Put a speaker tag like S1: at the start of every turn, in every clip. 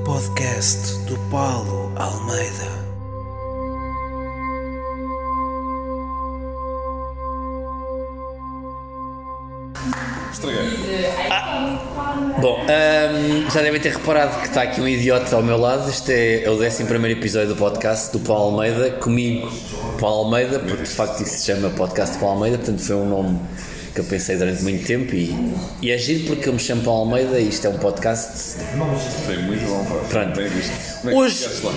S1: podcast do Paulo Almeida.
S2: Estraguei.
S3: Bom, ahm, já devem ter reparado que está aqui um idiota ao meu lado. Este é, é o 11 episódio do podcast do Paulo Almeida, comigo, Paulo Almeida, porque de facto isso se chama Podcast do Paulo Almeida, portanto foi um nome que eu pensei durante muito tempo e, e é giro porque eu me chamo Paulo Almeida e isto é um podcast.
S2: Foi muito bom, pá.
S3: Pronto.
S2: Bem visto. Como é que
S3: Hoje,
S2: chegaste lá?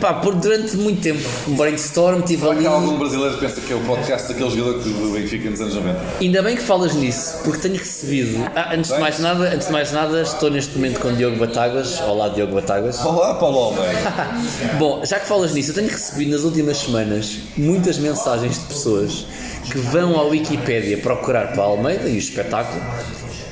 S3: pá, por durante muito tempo, um brainstorm, tive
S2: Será que
S3: ali.
S2: há algum brasileiro que pensa que é o podcast daquele jogador que do Benfica nos anos 90?
S3: Ainda bem que falas nisso, porque tenho recebido. Ah, antes de mais nada, antes de mais nada, estou neste momento com o Diogo Batagas. Olá, Diogo Batagas.
S2: Olá, Paulo Almeida.
S3: Bom, já que falas nisso, eu tenho recebido nas últimas semanas muitas mensagens de pessoas que vão à Wikipédia procurar Paulo Almeida e o espetáculo.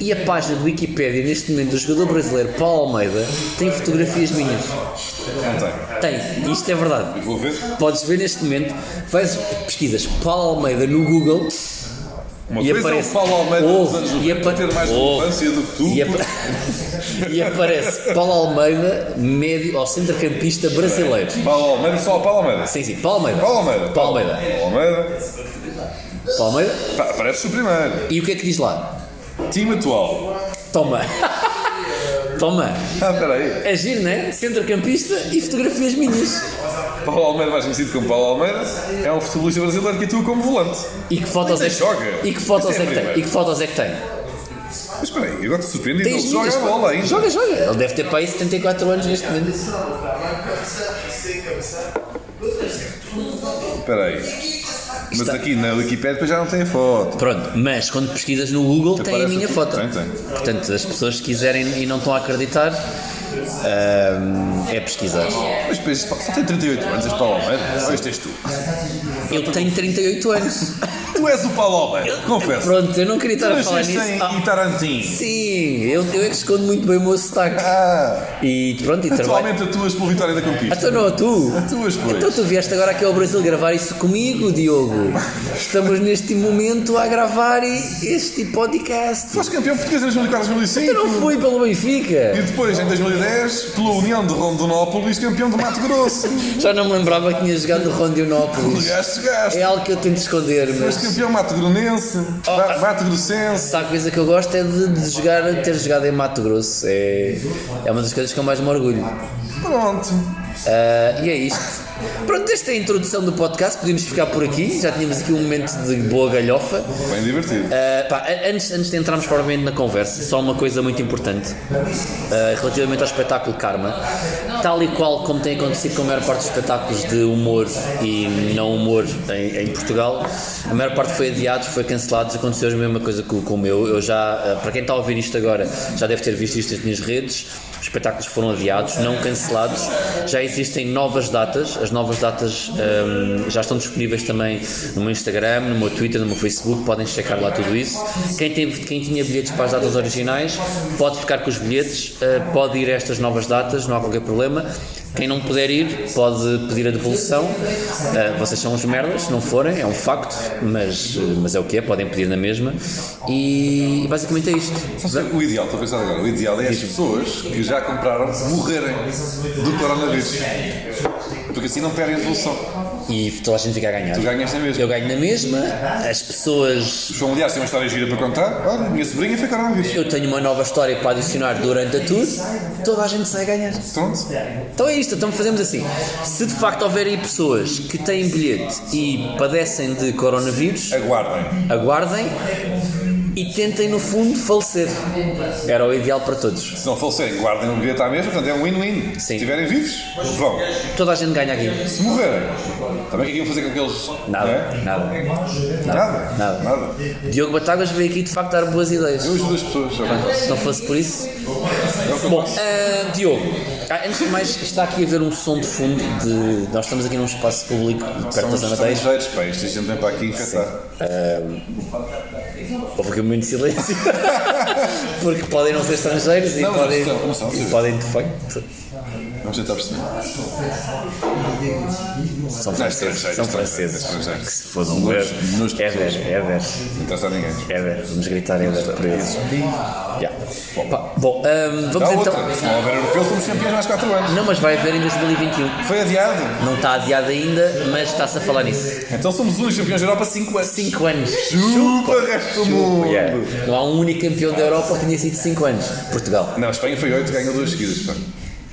S3: E a página do Wikipédia, neste momento, do jogador brasileiro Paulo Almeida, tem fotografias minhas.
S2: Não tem.
S3: Tem, isto é verdade.
S2: Vou ver.
S3: Podes ver neste momento, vais pesquisas Paulo Almeida no Google
S2: Uma
S3: E
S2: coisa
S3: aparece-
S2: é o Paulo Almeida dos
S3: Ouve,
S2: anos
S3: e
S2: 90
S3: apa-
S2: ter mais
S3: Ouve.
S2: relevância do que tu.
S3: e, apa- e aparece Paulo Almeida, médio ou centrocampista brasileiro.
S2: Paulo Almeida, só o Paulo Almeida.
S3: Sim, sim, Paulo Almeida.
S2: Paulo Almeida.
S3: Paulo Almeida.
S2: Paulo Almeida.
S3: Paulo Almeida.
S2: Pá, Parece o primeiro.
S3: E o que é que diz lá?
S2: Time atual.
S3: Toma. Toma.
S2: Ah, peraí.
S3: É giro, não é? Centrocampista e fotografias minhas.
S2: Paulo Almeida, mais conhecido como Paulo Almeida, é um futebolista brasileiro que atua como volante.
S3: E que fotos é
S2: Ainda joga.
S3: que, e que, fotos
S2: Isso é
S3: é que tem?
S2: primeiro.
S3: E que fotos é que tem?
S2: Mas espera aí, agora te surpreendi.
S3: Tem
S2: Ele
S3: as
S2: joga
S3: minhas
S2: a
S3: fotos.
S2: bola ainda.
S3: Joga, joga. Ele deve ter para aí 74 anos neste momento.
S2: Espera aí. Mas aqui na Wikipedia depois já não tem a foto.
S3: Pronto, mas quando pesquisas no Google tem a
S2: Aparece
S3: minha
S2: aqui.
S3: foto.
S2: Tem, tem.
S3: Portanto, as pessoas que quiserem e não estão a acreditar, ahm, é pesquisar.
S2: Mas depois, pá, só tem 38 anos este Paulo Almeida. Ou este és tu?
S3: Eu tenho 38 anos.
S2: Tu és o Paulo Almeida, confesso.
S3: Pronto, eu não queria
S2: Tu
S3: estar a falar
S2: nasceste
S3: nisso.
S2: em
S3: Ah,
S2: Itarantim.
S3: sim, eu, eu é que escondo muito bem o meu sotaque.
S2: Ah,
S3: E pronto, e trabalho.
S2: atualmente atuas pelo Vitória da Conquista.
S3: Então não, tu?
S2: Atuas, pois.
S3: Então tu vieste agora aqui ao Brasil gravar isso comigo, Diogo. Estamos neste momento a gravar este podcast.
S2: Foste campeão português em 2004
S3: Eu não
S2: 2005.
S3: fui pelo
S2: E
S3: Benfica.
S2: depois, em 2010, pela União de Rondonópolis, campeão do Mato Grosso.
S3: Já não me lembrava que tinha jogado no Rondionópolis.
S2: Chegaste, chegaste.
S3: É algo que eu tento esconder,
S2: Mas
S3: mas...
S2: campeão Mato Gronense, Ma-
S3: Oh,
S2: Mato Grossense.
S3: Se há coisa que eu gosto é de, de jogar, de ter jogado em Mato Grosso. É, é uma das coisas que eu mais me orgulho.
S2: Pronto.
S3: Ah, e é isto. Pronto, esta é a introdução do podcast. Podíamos ficar por aqui. Já tínhamos aqui um momento de boa galhofa.
S2: Bem divertido.
S3: Uh, pá, a- antes, antes de entrarmos propriamente na conversa, só uma coisa muito importante uh, relativamente ao espetáculo Karma. Tal e qual como tem acontecido com a maior parte dos espetáculos de humor e não humor em, em Portugal, a maior parte foi adiados, foi cancelados, aconteceu a mesma coisa com, com o meu. Eu já, uh, para quem está a ouvir isto agora, já deve ter visto isto nas minhas redes. Os espetáculos foram adiados, não cancelados. Já existem novas datas. As novas datas um, já estão disponíveis também no meu Instagram, no meu Twitter, no meu Facebook. Podem checar lá tudo isso. Quem, tem, quem tinha bilhetes para as datas originais pode ficar com os bilhetes, uh, pode ir a estas novas datas, não há qualquer problema. Quem não puder ir pode pedir a devolução. Uh, vocês são uns merdas, se não forem, é um facto, mas, mas é o que é, podem pedir na mesma. E basicamente é isto.
S2: Sabe O ideal, estou a pensar agora, o ideal é as pessoas que já compraram morrerem do coronavírus. Porque assim não perdem a devolução.
S3: E toda a gente fica a ganhar.
S2: Tu ganhas na é mesma.
S3: Eu ganho na mesma, as pessoas.
S2: Os familiares têm uma história gira para contar. Olha, minha sobrinha foi coronavírus.
S3: Eu tenho uma nova história para adicionar durante a tour, toda a gente sai a ganhar.
S2: Pronto.
S3: Então é isto, então fazemos assim. Se de facto houver aí pessoas que têm bilhete e padecem de coronavírus,
S2: Aguardem.
S3: aguardem e tentem no fundo falecer. Era o ideal para todos.
S2: Se não falecerem, guardem o bilhete à mesma. Portanto, é um win-win. Se
S3: Sim.
S2: estiverem vivos, vão.
S3: Toda a gente ganha aqui.
S2: Se morrerem, também o que é que iam fazer com aqueles. não
S3: Nada,
S2: é?
S3: nada.
S2: Nada.
S3: Nada.
S2: Nada.
S3: Diogo Batagas veio aqui de facto dar boas ideias.
S2: Eu ajudo as pessoas. é o que eu faço.
S3: Se não fosse por isso,
S2: É o que eu
S3: Bom,
S2: faço.
S3: ah, Diogo, ah, antes de mais, está aqui a ver um som de fundo. De, nós estamos aqui num espaço público perto da
S2: Somos
S3: Zona 10.
S2: estrangeiros, pá. Isto a gente vem para aqui infectar.
S3: Houve aqui um momento de silêncio. Porque podem não ser estrangeiros e,
S2: Não, mas
S3: podem,
S2: são- são
S3: e
S2: estrangeiros.
S3: podem, de facto.
S2: Vamos tentar perceber.
S3: São
S2: Não,
S3: franceses.
S2: é estrangeiros,
S3: São
S2: estrangeiros,
S3: franceses.
S2: estrangeiros.
S3: Que se um fodam.
S2: Nós- nós-
S3: Éder, Éder, Éder.
S2: Não interessa a ninguém.
S3: É verdade, vamos gritar ainda por eles. Yeah. Pá, Bom, ahm,
S2: Dá
S3: vamos então.
S2: outra. Se não houver europeu, somos campeões mais 4 anos.
S3: Não, mas vai haver em 2021.
S2: Foi adiado.
S3: Não está adiado ainda, mas está-se a falar nisso.
S2: Então somos os campeões da Europa 5 anos.
S3: 5 anos.
S2: Chupa, resto do mundo.
S3: Yeah. Não há um único campeão da Europa que tenha sido 5 anos. Portugal.
S2: Não, a Espanha foi 8, ganhou duas seguidas. Pá.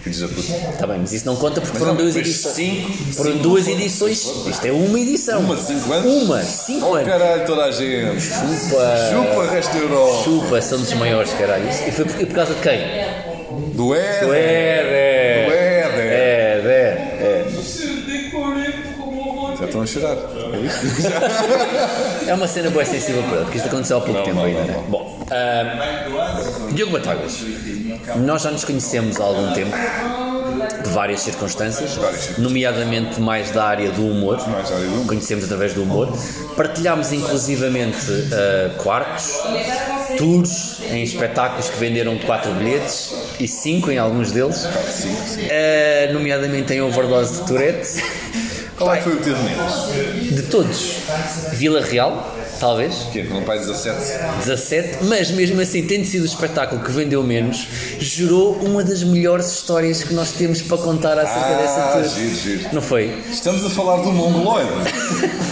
S2: Filhos da puta.
S3: Está Tá bem, mas isso não conta porque
S2: Mas
S3: foram
S2: não,
S3: duas
S2: mas
S3: edições.
S2: cinco,
S3: foram
S2: cinco
S3: duas edições. Isto é uma edição.
S2: Uma de 5 anos.
S3: Uma, 5
S2: Oh,
S3: anos.
S2: caralho, toda a gente.
S3: é. Chupa.
S2: Chupa, resto da Europa.
S3: Chupa, são dos maiores, caralho. Isso- E foi por, e por causa de quem?
S2: Do Éder. Do
S3: Éder.
S2: Éder.
S3: Éder. É.
S2: Já estão a chorar. É isso?
S3: É uma cena boa sensível para ele, porque isto aconteceu há pouco
S2: Não,
S3: tempo
S2: não,
S3: ainda.
S2: não,
S3: né?
S2: não.
S3: Bom, ah, Diogo Batagas, nós já nos conhecemos há algum tempo, de várias circunstâncias,
S2: Várias circunstâncias.
S3: nomeadamente mais da área do humor.
S2: Mais da área do humor.
S3: Conhecemos através do humor. Partilhámos inclusivamente ah, quartos, tours em espetáculos que venderam 4 bilhetes e 5 em alguns deles, Ah, nomeadamente em Overdose de Tourette.
S2: Qual é que foi o teu neles?
S3: De todos, Vila Real, talvez.
S2: Que é com um pai de 17.
S3: 17, mas mesmo assim, tendo sido o espetáculo que vendeu menos, gerou uma das melhores histórias que nós temos para contar acerca dessa
S2: Ah,
S3: tour.
S2: giro, giro.
S3: Não foi?
S2: Estamos a falar do mongoloide.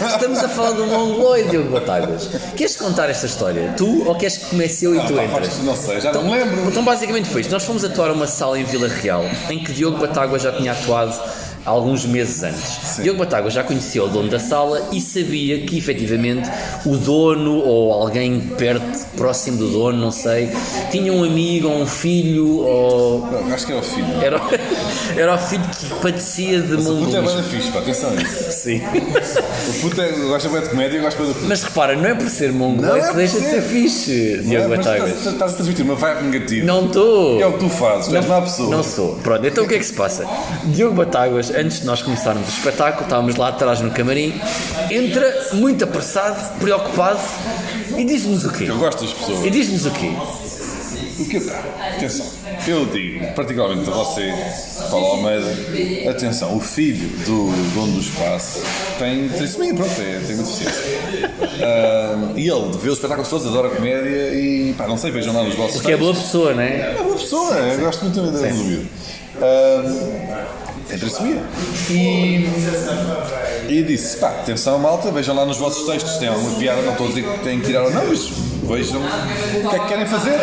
S3: Estamos a falar do mongoloide, Diogo Batagas. Queres contar esta história? Tu ou queres que comece eu e
S2: Ah,
S3: tu
S2: pá,
S3: entras?
S2: faz- não sei, já não me lembro.
S3: Então, basicamente foi isto. Nós fomos atuar a uma sala em Vila Real em que Diogo Batágua já tinha atuado alguns meses antes. Diogo Batágua já conhecia o dono da sala e sabia que efetivamente o dono ou alguém perto, próximo do dono, não sei, tinha um amigo ou um filho ou.
S2: Não, Acho que era o filho.
S3: Era, era o filho que padecia de
S2: O puto é
S3: mongolismo.
S2: banda fixe, pá, atenção a isso.
S3: Sim.
S2: O puto é, gosta bem de comédia e gosta bem do puto.
S3: Mas repara, não é por ser
S2: Não
S3: mongol,
S2: é
S3: é que
S2: por
S3: deixa de
S2: ser.
S3: ser
S2: é,
S3: fixe, Diogo
S2: Mas
S3: Batagas.
S2: estás, estás a transmitir uma vibe negativa.
S3: Não estou.
S2: Que é o que tu fazes, tu és má pessoa.
S3: Não sou. Pronto, então o que é que se passa? Diogo Batáguas, antes de nós começarmos o espetáculo, estávamos lá atrás no camarim, entra muito apressado, preocupado e diz-nos o quê?
S2: Eu gosto das pessoas.
S3: E diz-nos o quê?
S2: O que pá, atenção, eu digo, particularmente a você, Paulo Almeida, atenção, o filho do dono do espaço tem trissomia, pronto, é, tem uma deficiência. Ah, e ele vê os espetáculos todos, adora comédia e pá, não sei, vejam lá nos vossos
S3: Porque é boa pessoa, não é?
S2: é uma pessoa, eu gosto muito da ideia do miúdo. Ah, Tem trissomia. E, e disse: pá, atenção malta, vejam lá nos vossos textos, tem alguma piada, não estou a dizer que têm que tirar ou não, mas vejam o que é que querem fazer.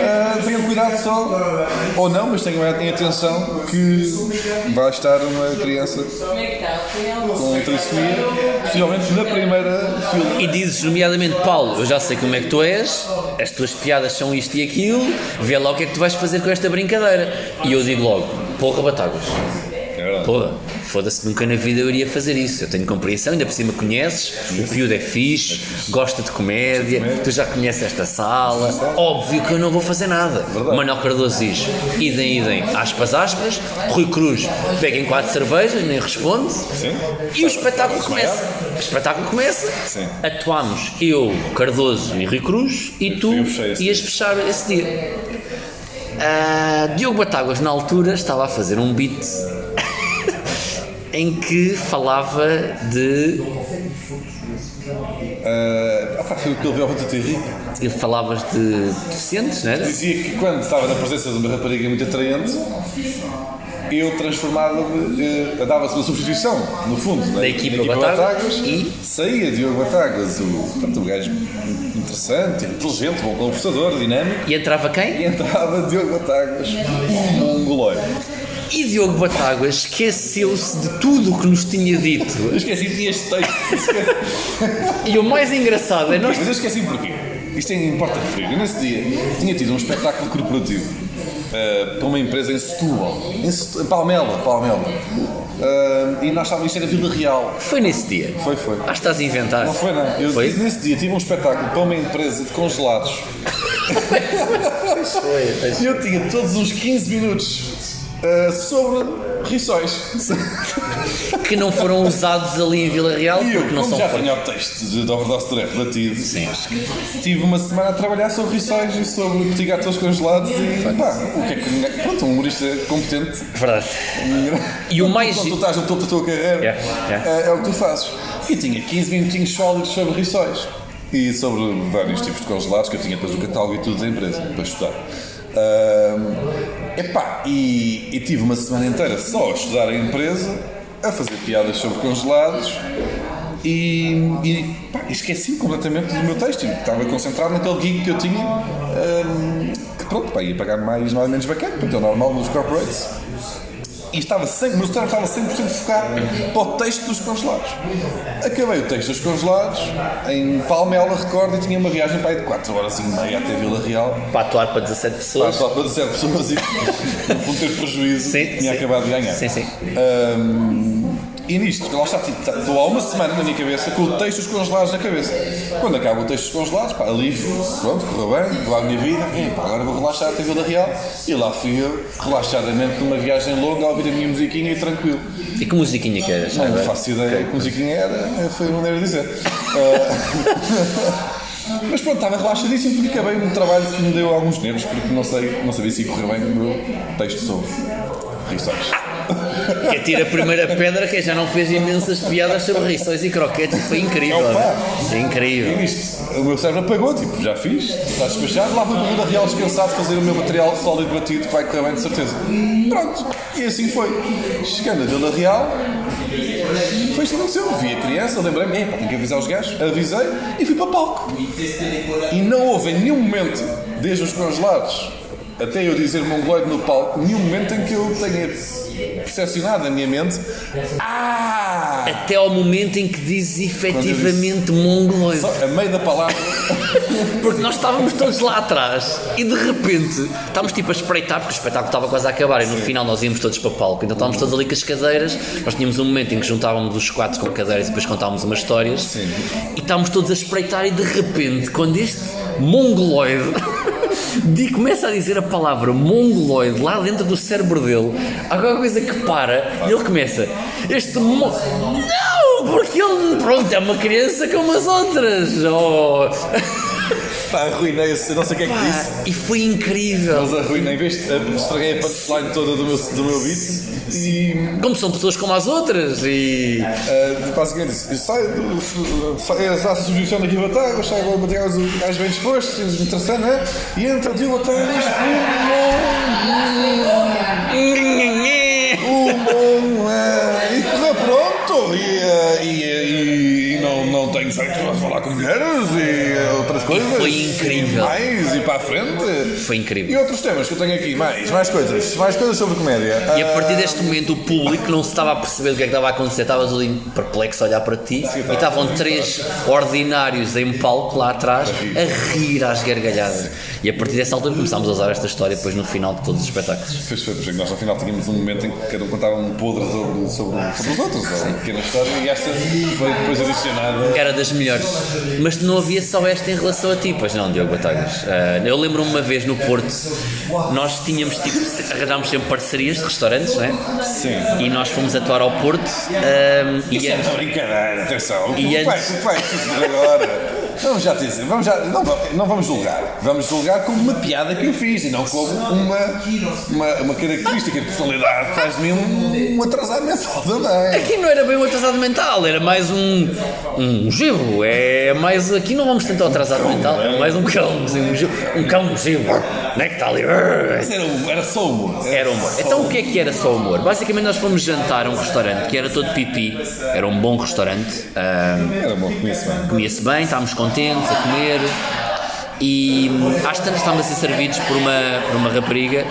S2: Ah, tenham cuidado só, ou não, mas tenham em atenção que vai estar uma criança com trissomia, possivelmente na primeira fila.
S3: E dizes, nomeadamente, Paulo, eu já sei como é que tu és, as tuas piadas são isto e aquilo, vê lá o que é que tu vais fazer com esta brincadeira. E eu digo logo, porra, Batáguas,
S2: É verdade.
S3: Porra, foda-se, nunca na vida eu iria fazer isso. Eu tenho compreensão, ainda por cima conheces, o Piudo é fixe, gosta de comédia, É tu já conheces esta sala. Óbvio que eu não vou fazer nada. Manuel Cardoso diz: idem, idem, aspas, aspas. Rui Cruz, peguem quatro cervejas, nem responde. E o espetáculo começa. O espetáculo começa.
S2: Sim.
S3: Atuámos eu, Cardoso e Rui Cruz, e tu
S2: Eu fechei esse
S3: ias fechar esse dia. Ah, Diogo Batáguas, na altura, estava a fazer um beat em que falava de.
S2: Ah, pá, foi o que ele viu ao Roto Rico.
S3: ele Falavas de né? deficientes, não era?
S2: Dizia que quando estava na presença de uma rapariga muito atraente, eu transformava-me, eh, dava-se uma substituição, no fundo, né?
S3: Da equipa Batagas e-
S2: saía Diogo Batagas, o, portanto, um gajo interessante, inteligente, bom conversador, dinâmico,
S3: E entrava
S2: e
S3: quem?
S2: entrava Diogo Batagas, um mongoloide.
S3: E Diogo Batáguas esqueceu-se de tudo o que nos tinha dito.
S2: Eu esqueci de este texto, esqueci-
S3: E o mais engraçado é nós.
S2: mas eu esqueci porquê. Isto é ainda importa referir. Eu, nesse dia, tinha tido um espetáculo corporativo eh, para uma empresa em Setúbal, em Setu- Palmela, Palmela. Ah, e nós estávamos, isto era Vila Real.
S3: Foi nesse dia.
S2: Foi, foi.
S3: Ah, estás a inventar.
S2: Não foi, não. Eu
S3: Foi?
S2: tive- nesse dia tive um espetáculo para uma empresa de congelados e eu tinha todos uns 15 minutos uh, sobre eh, rissóis.
S3: que não foram usados ali em Vila Real
S2: E eu,
S3: porque não
S2: como
S3: são
S2: já
S3: feitos.
S2: tinha o texto de de Overdose Trap batido, acho que tive uma semana a trabalhar sobre rissóis e sobre petit gâteaus congelados e pá, o que é que... Pronto, um humorista competente.
S3: Verdade. E o mais.
S2: Quando tu estás no topo da tua carreira,
S3: Yeah, yeah.
S2: É, é o que tu fazes. E tinha 15 minutinhos sólidos sobre rissóis. E sobre vários tipos de congelados que eu tinha depois o catálogo e tudo da empresa, para estudar. Ahm, epá, e, e tive uma semana inteira só a estudar a empresa, a fazer piadas sobre congelados e, e pá, esqueci completamente do meu texto. E Estava concentrado naquele gig que eu tinha, ahm, que pronto, pá, ia pagar mais, mais ou menos bacana, porque é o normal nos corporates e estava 100, o meu cérebro estava 100% focado para o texto dos congelados. Acabei o texto dos congelados, em Palmela, recordo, e tinha uma viagem para aí de 4 horas e meia até Vila Real,
S3: Para atuar para 17
S2: para
S3: pessoas.
S2: só para 17 pessoas e no fundo ter prejuízo,
S3: Sim,
S2: tinha
S3: sim.
S2: acabado de ganhar.
S3: Sim, sim.
S2: Ahm, e nisto, lá está, tipo, estou há uma semana na minha cabeça com o texto dos congelados na cabeça. Quando acaba o texto dos congelados, pá, alívio, pronto, correu bem, vou à minha vida, e, pá, agora vou relaxar até Vila Real. E lá fui eu, relaxadamente, numa viagem longa, a ouvir a minha musiquinha e tranquilo.
S3: E que musiquinha que era? já
S2: Não
S3: agora?
S2: faço ideia que musiquinha era, foi a maneira de dizer. Ah, Mas pronto, estava relaxadíssimo porque acabei um trabalho que me deu alguns nervos porque não, sei, não sabia se ia correr bem o meu texto sobre rissóis.
S3: Que atira a primeira pedra que já não fez imensas piadas sobre rissóis e croquetes. Foi incrível.
S2: Opa!
S3: não é?
S2: E
S3: Incrível.
S2: isto, o meu cérebro apagou, tipo, já fiz, está despachado, lá vou para Vila Real descansado fazer o meu material sólido batido que vai correr bem de certeza. Pronto, e assim foi. Chegando a Vila Real, foi isto que aconteceu. Vi a criança, lembrei-me, "Epá, tenho que avisar os gajos, avisei e fui para o palco. E não houve em nenhum momento, desde os congelados até eu dizer mongoloide no palco, nenhum momento em que eu tenha percepcionado na minha mente. Ah!
S3: Até ao momento em que diz efetivamente
S2: Só
S3: mongoloide.
S2: a meio da palavra.
S3: Porque nós estávamos todos lá atrás e de repente estávamos tipo a espreitar porque o espetáculo estava quase a acabar e no final nós íamos todos para palco. Então estávamos todos ali com as cadeiras. Nós tínhamos um momento em que juntávamos os quatro com cadeiras e depois contávamos umas histórias.
S2: Sim.
S3: E estávamos todos a espreitar e de repente quando este mongoloide di- começa a dizer a palavra mongoloide lá dentro do cérebro dele, há qualquer coisa que para e ele começa. Este mo Não! Porque ele, pronto, é uma criança como as outras. Oh.
S2: Pá, arruinei esse, não sei o que é que disse.
S3: E foi incrível.
S2: Mas arruinei, em vez de a- estraguei a punchline toda do meu, do meu beat e
S3: Como são pessoas como as outras e.
S2: ah, basicamente disse: eu saio, do- f- fa- eu faço a substituição daqui a batalha, saio agora bater aos gajos bem dispostos, interessante, né? E entra de batalha, o bom é. E correu pronto, e, ah, e, e, e não, não tenho jeito para falar com mulheres e ah, outras coisas.
S3: foi incrível.
S2: E mais, e para a frente.
S3: Foi incrível.
S2: E outros temas que eu tenho aqui, mais, mais coisas, mais coisas sobre comédia. Ah,
S3: E a partir deste momento o público não se estava a perceber do que é que estava a acontecer, estava tudo em- perplexo a olhar para ti e estavam três ordinários em palco lá atrás a rir às gargalhadas. E a partir dessa altura começámos a usar esta história depois no final de todos os espetáculos.
S2: Fez foi, porque nós no final tínhamos um momento em que cada um contava um podre sobre, sobre, sobre os outros, ou uma pequena história, e esta foi depois adicionada.
S3: Era das melhores. Mas não havia só esta em relação a ti, pois não, Diogo Batagas. Ah, eu lembro-me uma vez no Porto, nós tínhamos tipo, se- arranjámos sempre parcerias de restaurantes, não é?
S2: Sim.
S3: E nós fomos atuar ao Porto ah, e,
S2: Isto é uma brincadeira, atenção. O que
S3: E
S2: vai,
S3: antes-
S2: o que vai suceder agora? Vamos já dizer, vamos já, não, va- não vamos julgar. Vamos julgar como uma piada que eu fiz e não como uma, uma, uma característica de personalidade que faz de mim um, um atrasado mental também.
S3: Aqui não era bem um atrasado mental, era mais um. um gebo. É mais. Aqui não vamos tentar o atrasado mental, é mais um cão. sim, Um, gebo, um cão gebo. Não é que está ali.
S2: Mas Era, um- era só humor.
S3: Era humor. Então o que é que era só humor? Basicamente nós fomos jantar a um restaurante que era todo pipi, era um bom restaurante. ah,
S2: Era bom, conheço bem.
S3: comia-se bem, estávamos contentes a comer. E hum, às tantas estávamos a ser servidos por uma, por uma rapariga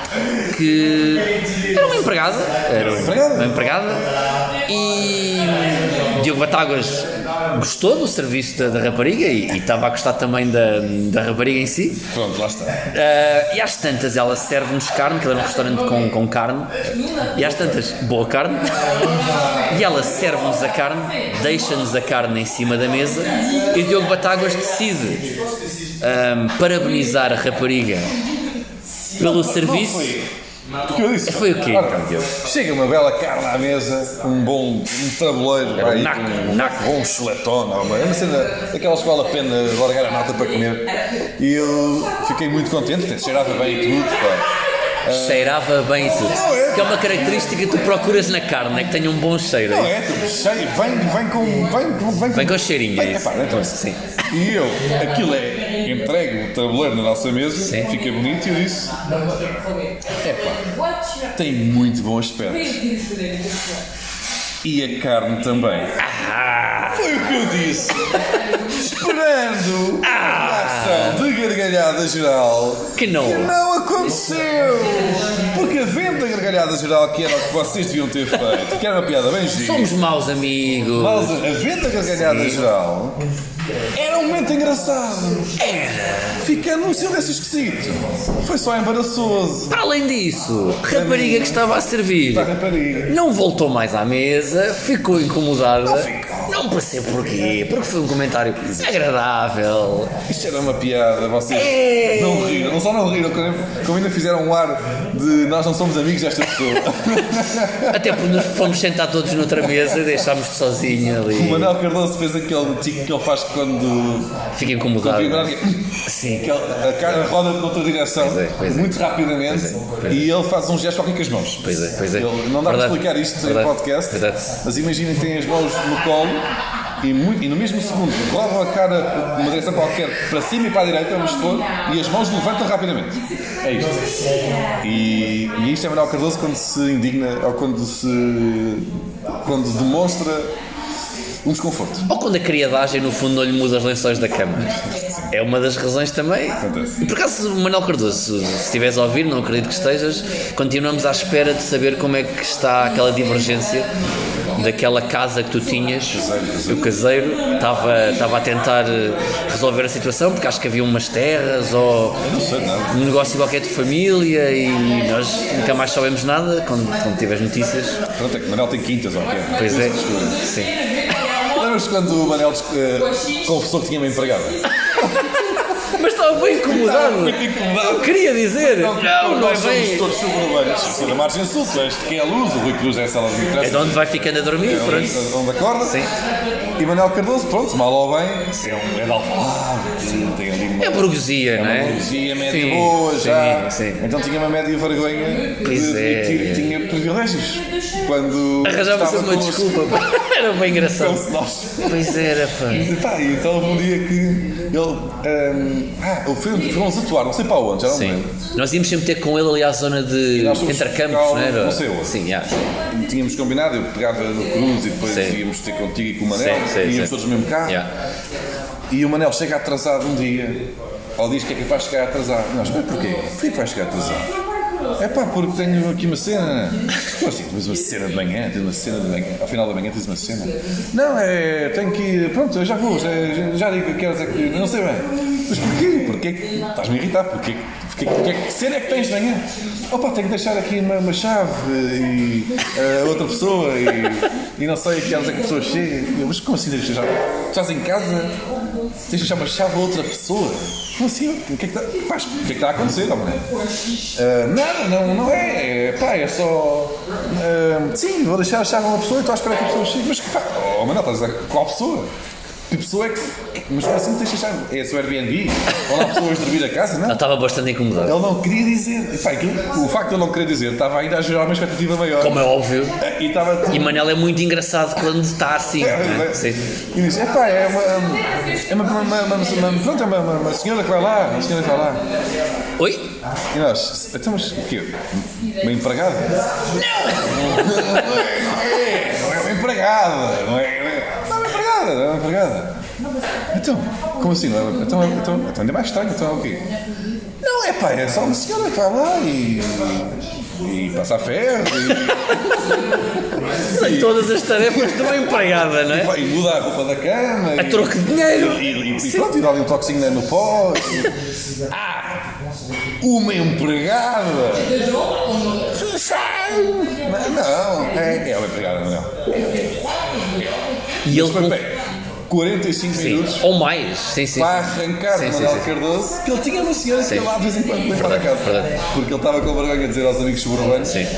S3: que era uma empregada. Era uma
S2: empregada.
S3: uma empregada. E hum, Diogo Batáguas gostou do serviço da, da rapariga e, e estava a gostar também da, da rapariga em si.
S2: Pronto, lá está.
S3: Ah, e às tantas ela serve-nos carne, que era um restaurante com, com carne, e às tantas, boa carne, e ela serve-nos a carne, deixa-nos a carne em cima da mesa, e o Diogo Batáguas decide ehm, ahm, parabenizar a rapariga pelo serviço.
S2: Foi Porque eu disse.
S3: Foi o quê?
S2: "Ora, chega uma bela carne à mesa, um bom um tabuleiro,
S3: Era
S2: pá, aí,
S3: naco,
S2: com um
S3: naco.
S2: bom chuletón, ou uma, uma cena daquelas que vale a pena largar a nata para comer. E eu fiquei muito contente, portanto, cheirava bem e tudo. Pá.
S3: Cheirava bem e tudo.
S2: Não, é-
S3: Que é uma característica que tu procuras na carne, é que tenha um bom cheiro.
S2: Não é, tipo, cheio, vem, vem com. Vem, com- vem,
S3: Vem com cheirinho, é
S2: Vem,
S3: isso.
S2: epá, então,
S3: Sim.
S2: E eu, aquilo é, entrego o tabuleiro na nossa mesa,
S3: Sim.
S2: fica bonito, e eu disse: tem muito bom aspecto. E a carne também.
S3: Ah!
S2: Foi o que eu disse. Esperando a ação de gargalhada geral.
S3: Que não.
S2: Que não aconteceu. Porque havendo a gargalhada geral, que era o que vocês deviam ter feito, que era uma piada bem gira.
S3: Somos maus amigos.
S2: Mas havendo a gargalhada geral, era um momento engraçado.
S3: É,
S2: Era. Ficando um silêncio esquisito. Foi só embaraçoso.
S3: Para Além disso, a rapariga que estava a servir
S2: Para a rapariga.
S3: não voltou mais à mesa, ficou incomodada. Não,
S2: ficou.
S3: percebo porquê, porque foi um comentário agradável.
S2: Isto era uma piada, vocês
S3: Ei!
S2: não riram, não só não riram, como- como ainda fizeram um ar de nós não somos amigos desta pessoa.
S3: Até porque nos fomos sentar todos noutra mesa e deixámos-te sozinho
S2: o
S3: ali.
S2: Manuel Cardoso fez aquele tico que ele faz quando.
S3: Fica
S2: quando
S3: incomodado.
S2: vibra, que-
S3: Sim.
S2: que ele- a cara roda de outra direção
S3: Pois é, pois é.
S2: muito rapidamente
S3: Pois é, pois é.
S2: e ele faz um gesto qualquer com as mãos.
S3: Pois é, pois é.
S2: Ele- não dá para
S3: Verdade,
S2: explicar isto
S3: verdade,
S2: em podcast,
S3: verdade.
S2: mas imaginem que têm as mãos no colo e, muito- e no mesmo segundo rodam a cara uma direção qualquer para cima e para a direita, vamos supor, e as mãos levantam rapidamente. É isto. E, e isto é Manuel Cardoso quando se indigna ou quando se. quando demonstra um desconforto.
S3: Ou quando a criadagem no fundo não lhe muda os lençóis da cama. É uma das razões também.
S2: Acontece.
S3: E por acaso, Manuel Cardoso, se estiveres a ouvir, não acredito que estejas, continuamos à espera de saber como é que está aquela divergência daquela casa que tu tinhas. O caseiro estava, estava a tentar eh, resolver a situação porque acho que havia umas terras ou
S2: Eu não é? sei nada.
S3: um negócio qualquer de família e nós nunca mais sabemos nada quando, quando tiveres notícias.
S2: Pronto, é que Manuel tem quintas ou o quê?
S3: Pois é. Sim.
S2: Lembras quando o Manel eh, confessou que tinha uma empregada?
S3: Mas estava bem incomodado.
S2: Estava muito incomodado.
S3: Não queria dizer. Não, não, é
S2: nós somos
S3: bem.
S2: todos suburbanos. Sou da margem sul, sou este que é a luz, o Rui Cruz é a sala de
S3: É de
S2: interesse.
S3: onde vai ficando a dormir,
S2: É
S3: pronto.
S2: onde, onde acorda.
S3: Sim.
S2: E Manuel Cardoso, pronto, mal ou bem, é, um, é de Alvalade, tem ali uma...
S3: É burguesia, não é?
S2: burguesia média
S3: Sim,
S2: boa já.
S3: Sim, sim.
S2: Então tinha uma média vergonha
S3: Pois
S2: de
S3: é.
S2: admitir que tinha privilégios. Quando
S3: Arranjava-se
S2: estava
S3: uma
S2: connosco.
S3: desculpa. pá. Era bem
S2: Então,
S3: engraçado.
S2: se nós
S3: Pois era, pá.
S2: E pá, e então houve um dia que ele. ahm, ah, ele foi, fomos atuar, não sei para onde, já não me
S3: Sim.
S2: lembro.
S3: Nós íamos sempre ter com ele ali à zona de
S2: nós fomos
S3: Entrecampos,
S2: buscar
S3: não era?
S2: não sei onde.
S3: Sim, já.
S2: Tínhamos combinado, eu pegava no Cruz e depois
S3: Sim.
S2: íamos ter contigo e com o Manel,
S3: Sim, sim,
S2: íamos
S3: sim.
S2: todos no mesmo carro.
S3: Já.
S2: E o Manel chega atrasado um dia, ou diz que é capaz de chegar atrasado. Nós, mas porquê? Porquê que vais chegar atrasado? É pá, porque tenho aqui uma cena. Pô, assim, tens uma cena de manhã, tens uma cena de manhã. Ao final da manhã tens uma cena. Não, é. Tenho que ir. Pronto, eu já vou, já, já digo que quero dizer que. Não sei bem. Mas porquê? Porquê que. Estás-me a irritar, porquê que. Porquê, porquê, que cena é que tens de manhã? Opa, tenho que deixar aqui uma, uma chave e eh, a outra pessoa e, e não sei a que horas é que a pessoa chega. Eu, Mas como assim tens de deixar? Tu estás em casa? Tens de deixar uma chave a outra pessoa? Como assim? O que é que está, pá, o que é que está a acontecer, homem? Ah, nada, não, não é. Pá, é só. ah, sim, vou deixar a chave a uma pessoa e estou à espera que a pessoa chegue. Mas pá, oh, Manel, estás a dizer qual pessoa? Que pessoa é que. é que- Mas como assim tens de deixar? É a sua Airbnb? Ou lá pessoas dormir a casa? Não.
S3: Ele estava bastante incomodado.
S2: Ele não queria dizer. E, pá, aquilo- o facto de ele não querer dizer estava ainda a gerar uma expectativa maior.
S3: Como é óbvio.
S2: E estava.
S3: E Manel é muito engraçado quando está assim. não é? Sim.
S2: E diz, epá, é uma. É uma, uma, uma, uma- uma- pronto, é uma, uma, uma senhora que vai lá, uma senhora que vai lá.
S3: Oi?
S2: E nós, então, mas o quê? Uma empregada? Não! Não é, não é uma empregada! Não é, não é- não é uma empregada! Não é uma empregada! Então, como assim? Não é uma, então, então, então ainda é mais estranho, então é o quê? Não, é pá, é só uma senhora que vai lá e. e passa a ferro e,
S3: São todas as tarefas de uma empregada, não é?
S2: vai, e muda a roupa da cama.
S3: A
S2: e-
S3: troco de dinheiro.
S2: E, e- e
S3: Sim.
S2: pronto, e dá ali um toquezinho né, no pó. e- ah! Uma empregada! Não, não, é, é uma empregada, não.
S3: E ele,
S2: Mas,
S3: com-
S2: peraí, 45
S3: Sim.
S2: minutos.
S3: Ou mais. Sim, sim.
S2: Para
S3: sim.
S2: arrancar
S3: Sim,
S2: de
S3: sim,
S2: Manuel
S3: sim.
S2: Cardoso, que ele tinha uma senhora que
S3: Sim.
S2: ia lá de vez em quando para para casa.
S3: verdade.
S2: Porque ele estava com vergonha de dizer aos amigos suburbanos
S3: Sim.
S2: que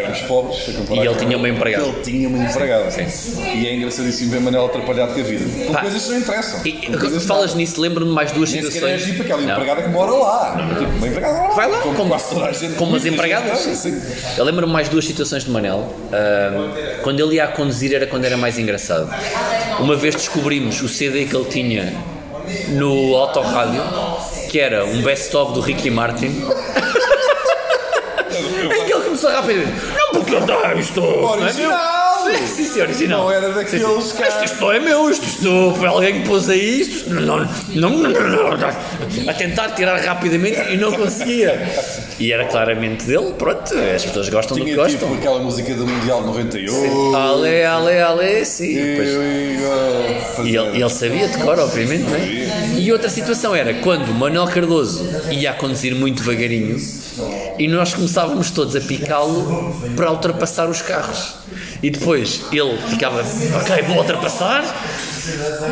S2: éramos pobres. a comparar
S3: E ele
S2: com-
S3: tinha uma empregada.
S2: Ele tinha uma empregada. E é engraçadíssimo ver Manuel atrapalhado com a vida. Por
S3: Pá.
S2: coisas que não interessam.
S3: E,
S2: Por coisas
S3: e,
S2: que
S3: falas
S2: não.
S3: nisso, lembro-me de mais duas
S2: Nem sequer é
S3: situações.
S2: tipo aquela
S3: Não.
S2: empregada que mora lá. Tipo, uma empregada lá.
S3: Vai lá,
S2: Como,
S3: como-
S2: quase toda a gente.
S3: como as
S2: muita gente
S3: empregadas,
S2: tem, sim.
S3: Eu lembro-me mais duas situações de Manel. Ahm, quando ele ia a conduzir era quando era mais engraçado. Uma vez descobrimos o CD que ele tinha no autorrádio, que era um best-of do Ricky Martin. em que ele começou rápido. Não porque eu tenho isto.
S2: Original!
S3: Não é meu." Sim, sim, sim, original.
S2: Não era daqueles
S3: Sim, sim.
S2: caras.
S3: Isto, isto não é meu, isto, isto foi alguém que pôs aí isto. isto Não, não, não, não, não. a tentar tirar rapidamente e não conseguia. E era claramente dele, pronto. As pessoas gostam do que
S2: Tinha tipo
S3: gostam.
S2: aquela música do Mundial de 98.
S3: Ale, ale, ale, sim. Pois.
S2: Eu ah, ia fazer-
S3: E ele, e ele sabia de cor, obviamente, não é? E outra situação era quando Manuel Cardoso ia a conduzir muito devagarinho e nós começávamos todos a picá-lo para ultrapassar os carros. E depois ele ficava, ok, vou ultrapassar,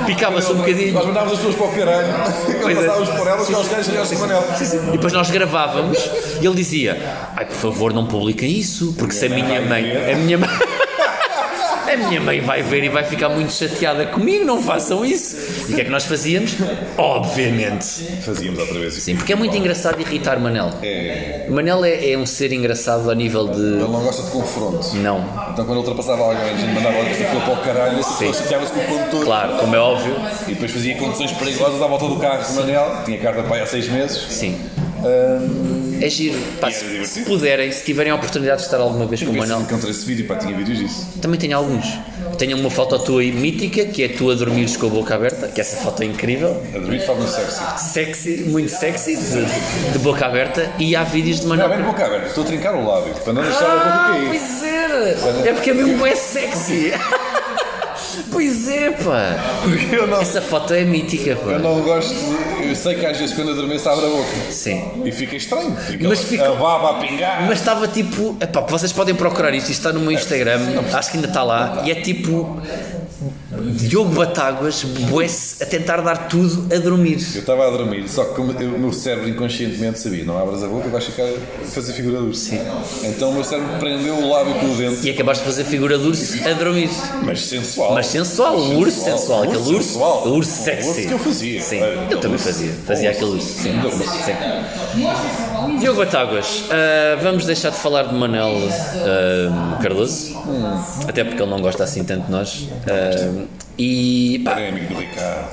S3: picava-se um bocadinho.
S2: Nós mandávamos as pessoas para o caralho.
S3: Pois é.
S2: Passávamos por elas e os gajos iam assim, Manel.
S3: E depois nós gravávamos e ele dizia: Ai, por favor, não publiquem isso, porque se a minha mãe. A minha mãe. A minha mãe vai ver e vai ficar muito chateada comigo, não façam isso. E o que é que nós fazíamos? Obviamente.
S2: Fazíamos outra vez.
S3: Sim, porque é muito engraçado irritar Manel.
S2: É,
S3: Manel é, é um ser engraçado ao nível
S2: ele
S3: de.
S2: não gosta de confronto.
S3: Não.
S2: Então quando ultrapassava alguém, a gente mandava outra pessoa para o caralho, as pessoas chateavam-se com o condutor.
S3: Claro, como é óbvio.
S2: E depois fazia condições perigosas à volta do carro de Manel. Tinha carta de pai há seis meses.
S3: Sim. É giro. Pá, se, se puderem, se tiverem a oportunidade de estar alguma vez com o
S2: Não
S3: Manel,
S2: encontrei esse vídeo, pá, tinha vídeos disso.
S3: Também tenho alguns. Tenho uma foto tua aí, mítica, que é tu a dormires com a boca aberta, que essa foto é incrível.
S2: A dormir de forma sexy.
S3: Ah, Sexy, muito sexy, de, de boca aberta. E há vídeos de Manuel.
S2: Realmente Tá boca aberta, estou a trincar o lábio, para não deixar a boca
S3: Ah,
S2: cair.
S3: pois é! É porque é mesmo é sexy. Pois é, pá.
S2: Porque eu não,
S3: Essa foto é mítica,
S2: eu
S3: pá.
S2: não gosto de. Eu sei que às vezes quando adormeço abre a boca.
S3: Sim.
S2: E fica estranho. Fica
S3: Mas
S2: lá,
S3: fica-
S2: A baba a pingar.
S3: Mas estava tipo. Epá, vocês podem procurar isto, isto está no meu Instagram, acho que ainda está lá, e é tipo. Diogo Batáguas, boece, a tentar dar tudo a dormir.
S2: Eu estava a dormir, só que como eu- o meu cérebro inconscientemente sabia, não abras a boca, vais ficar a fazer figura dura. Sim. Então o meu cérebro prendeu o lábio com o dente,
S3: E acabaste de fazer figura de urso a dormir.
S2: mas sensual.
S3: Mas sensual, o urso sensual, aquele urso,
S2: sensual.
S3: o urso
S2: Um
S3: sexy.
S2: urso que eu fazia.
S3: Sim,
S2: Olha,
S3: eu
S2: um
S3: também
S2: urso.
S3: fazia,
S2: Um
S3: fazia
S2: urso.
S3: aquele urso, sim.
S2: Um urso.
S3: sim. Diogo Batáguas, ah, vamos deixar de falar de Manel ah, Cardoso, até porque ele não gosta assim tanto de nós. Ah, e pá,
S2: Era É, amigo do Ricardo,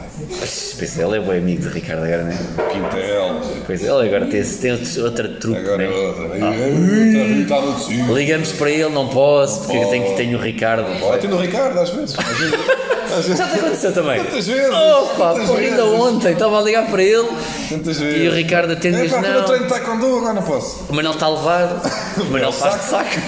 S3: pois é, ele é bom amigo de Ricardo agora, não é?
S2: Quintel,
S3: Pois é, ele agora tem, esse- tem outro- outra truque,
S2: agora
S3: né?
S2: outra. tá, Está no desvio.
S3: Ligamos para ele, não posso, porque eu tenho, tenho o Ricardo.
S2: Até no Ricardo, às vezes. Às vezes. Às vezes.
S3: Já te aconteceu também?
S2: Tantas vezes,
S3: Opa,
S2: tantas
S3: pô, ainda
S2: vezes.
S3: ontem estava a ligar para ele
S2: Tantas vezes.
S3: e o Ricardo atende e
S2: É
S3: diz:
S2: pá, o meu
S3: Não,
S2: treino está com dor, agora não posso.
S3: o Manel está a levar, o Manel
S2: Manel
S3: faz de saco.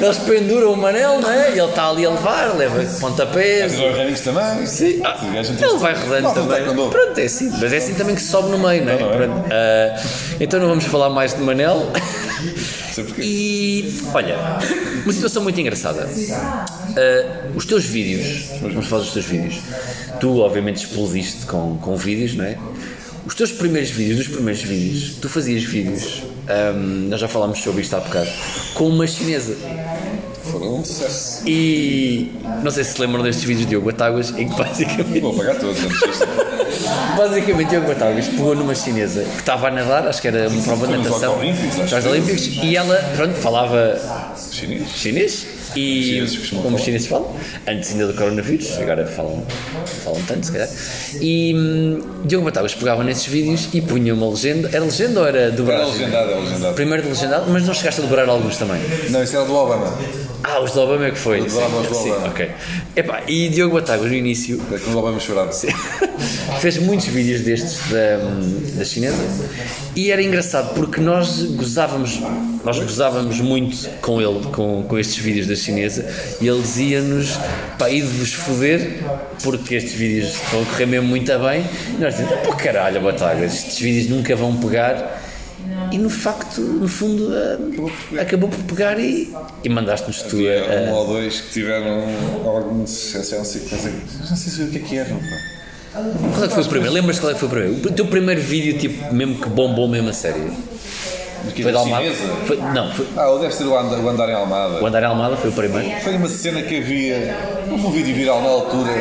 S3: Eles penduram o Manel, não é? E ele está ali a levar, leva pontapés.
S2: Mas o Ramires também.
S3: Sim.
S2: Ah, o gajo não tem-
S3: Ele vai rodando
S2: Não, não
S3: também.
S2: está com dor.
S3: Pronto, é assim. Mas é assim também que se sobe no meio, não é?
S2: Não, não é?
S3: Pronto. Ah, então não vamos falar mais de Manel.
S2: Sei porquê.
S3: E olha, uma situação muito engraçada. Ah, os teus vídeos, vamos falar dos teus vídeos. Tu, obviamente, explodiste com, com vídeos, não é? Os teus primeiros vídeos, dos primeiros vídeos, tu fazias vídeos, ahm, nós já falámos sobre isto há bocado, com uma chinesa.
S2: Foram um sucesso.
S3: E não sei se se lembram destes vídeos de Diogo Batáguas, em que basicamente
S2: Vou pagar todos antes disto.
S3: Basicamente, Diogo Batáguas pegou numa chinesa que estava a nadar, acho que era uma prova de
S2: Foi nos
S3: natação,
S2: Jogos Olímpicos, acho
S3: nos Jogos Olímpicos, e ela, pronto, falava
S2: Chinês.
S3: chinês, e
S2: chineses costumam
S3: como os
S2: falar.
S3: chineses falam, antes ainda do coronavírus, agora falam, falam tanto, se calhar. E hum, Diogo Batáguas pegava nesses vídeos e punha uma legenda, era legenda ou era
S2: Era
S3: dobragem?
S2: legendado, era legendado.
S3: Primeiro de legendado, mas não chegaste a dobrar alguns também.
S2: Não, isso era do Obama.
S3: Ah, os do Obama é que foi.
S2: Os do Obama, os do
S3: sim,
S2: Obama.
S3: ok. Epá, e Diogo Batáguas no início
S2: É que o Obama chorava.
S3: fez muitos vídeos destes da, da chinesa e era engraçado porque nós gozávamos nós gozávamos muito com ele com, com estes vídeos da chinesa e ele dizia-nos pá, ide-vos foder porque estes vídeos estão a correr mesmo muito a bem e nós dizíamos, pô caralho batalha estes vídeos nunca vão pegar e no facto, no fundo, ah, acabou por pegar e, e mandaste-nos tu
S2: Havia
S3: a-
S2: um ou dois que tiveram um, algum sucesso, é eu não sei, não sei, não sei se o que é que era, pá.
S3: Qual é que foi o primeiro? Lembras qual é que foi o primeiro? O teu primeiro vídeo, tipo, mesmo que bombou mesmo a sério?
S2: Porque
S3: Foi
S2: era
S3: da Almada?
S2: chinesa.
S3: Foi- não, foi,
S2: Ah, ou deve ser o Andar, o Andar em Almada.
S3: o Andar em Almada foi o primeiro.
S2: Foi uma cena que havia, houve um vídeo viral na altura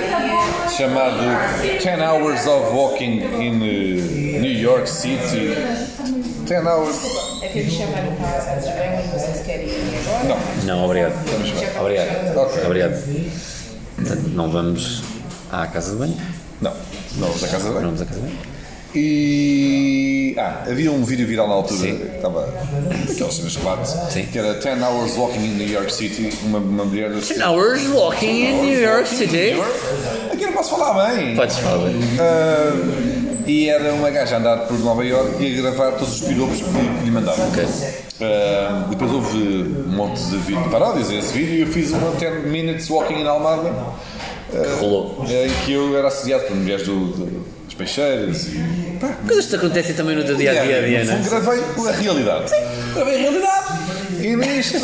S2: chamado 10 Hours of Walking in eh, New York City. 10 Hours.
S4: É que eles chamaram para as casas brancas, vocês querem ir agora?
S2: Não,
S3: Não, obrigado. Obrigado.
S2: Ok.
S3: Obrigado. Portanto, não vamos à casa de banho.
S2: não, não vamos à casa
S3: Não
S2: bem.
S3: vamos à casa de banho.
S2: E. Ah, havia um vídeo viral na altura,
S3: Sim.
S2: que estava. aquelas cenas de debate,
S3: Sim.
S2: que era 10 Hours Walking in New York City, uma, uma mulher.
S3: Hours walking in New York City.
S2: Aqui não posso falar bem!
S3: Podes falar.
S2: Ah, e era uma gaja a andar por Nova Iorque e a gravar todos os piropos que lhe- que lhe mandavam.
S3: Ok.
S2: Ah, depois houve um monte de vídeo paródias a esse vídeo e eu fiz uma 10 minutes walking in Almada
S3: Rolou.
S2: ah, em que eu era assediado por mulheres do, do, dos peixeiros e pá,
S3: Coisas que acontecem também no teu dia a dia,
S2: no
S3: Diana.
S2: fundo, gravei a realidade. é? gravei a realidade e nisto.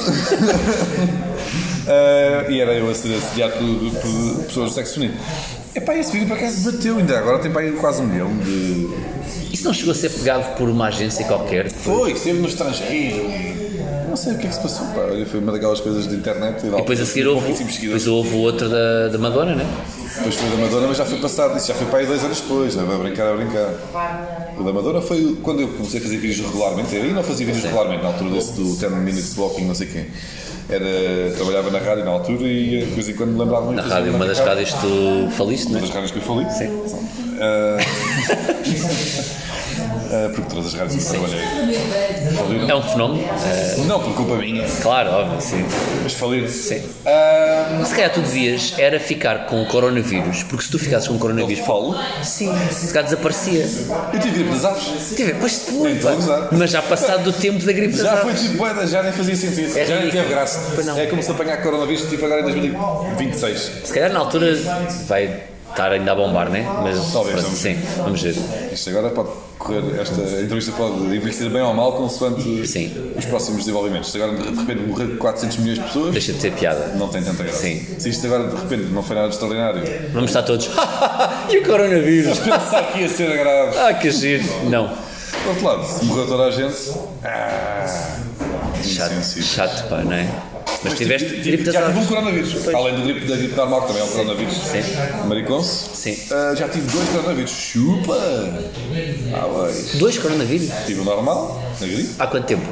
S2: Ah, e era eu a ser assediado por, por pessoas do sexo feminino. Epá, esse vídeo por acaso bateu ainda agora, tem para aí quase um milhão de,
S3: Isso não chegou a ser pegado por uma agência qualquer?
S2: Foi, esteve no estrangeiro. Não sei o que é que se passou, pá. Olha, foi uma daquelas coisas de internet e,
S3: E depois a
S2: Um
S3: seguir houve, depois houve o outro da, da Madonna, né?
S2: Depois foi da Madonna, mas já foi passado. Isso já foi para aí dois anos depois. é? Vai brincar, a brincar. O da Madonna foi o- quando eu comecei a fazer vídeos regularmente. Eu ainda não fazia vídeos regularmente na altura desse do 10 Minutes Walking, não sei quem. Era, trabalhava na rádio na altura e eh, de vez em quando me lembrava
S3: Na rádio, uma das rádios que tu faliste,
S2: Uma
S3: né?
S2: das rádios que eu falei. Sim. ah, porque todas as rádios que eu trabalhei. faliram.
S3: É um fenómeno. eh,
S2: Não, por culpa minha.
S3: claro, óbvio, sim.
S2: Mas Ah, falir. Sim.
S3: Se calhar tu devias era ficar com o coronavírus, porque se tu ficasses com o coronavírus,
S2: falo.
S3: sim, se calhar desaparecia.
S2: Eu tive gripe das aves.
S3: Tive, pois de
S2: Nem
S3: lupa.
S2: todos, não é?
S3: Mas já passado do tempo da gripe das
S2: Já foi
S3: aves.
S2: tipo boeda, já nem fazia sentido.
S3: É
S2: já nem
S3: ridículo.
S2: teve graça.
S3: Pois não.
S2: É como se apanhar coronavírus tipo agora em 2026.
S3: Se calhar na altura vai estar ainda a bombar, né? Mas
S2: Talvez,
S3: pronto,
S2: vamos
S3: sim, vamos ver.
S2: Isto agora pode correr, esta entrevista pode envelhecer bem ou mal consoante
S3: Sim.
S2: os próximos desenvolvimentos. Se agora de repente morrer 400 milhões de pessoas,
S3: Deixa de ter piada.
S2: não tem tanta graça.
S3: Sim.
S2: Se isto agora de repente não foi nada de extraordinário,
S3: Vamos estar todos. e o coronavírus?
S2: pensar que ia ser grave.
S3: Ah, que giro. Não.
S2: Por outro lado, se morreu toda a gente, ah,
S3: Chato,
S2: insensível.
S3: chato, pá, não é? Mas tiveste
S2: tive-
S3: gripe
S2: tive-
S3: das
S2: já tive um
S3: aves.
S2: coronavírus. Além do gripe, da gripe normal, que também é um coronavírus.
S3: Sim.
S2: Mariconce.
S3: Sim.
S2: Ah, já tive dois coronavírus. Chupa! Ah, bem.
S3: Dois coronavírus?
S2: Tive o tipo normal, na gripe,
S3: Há quanto tempo?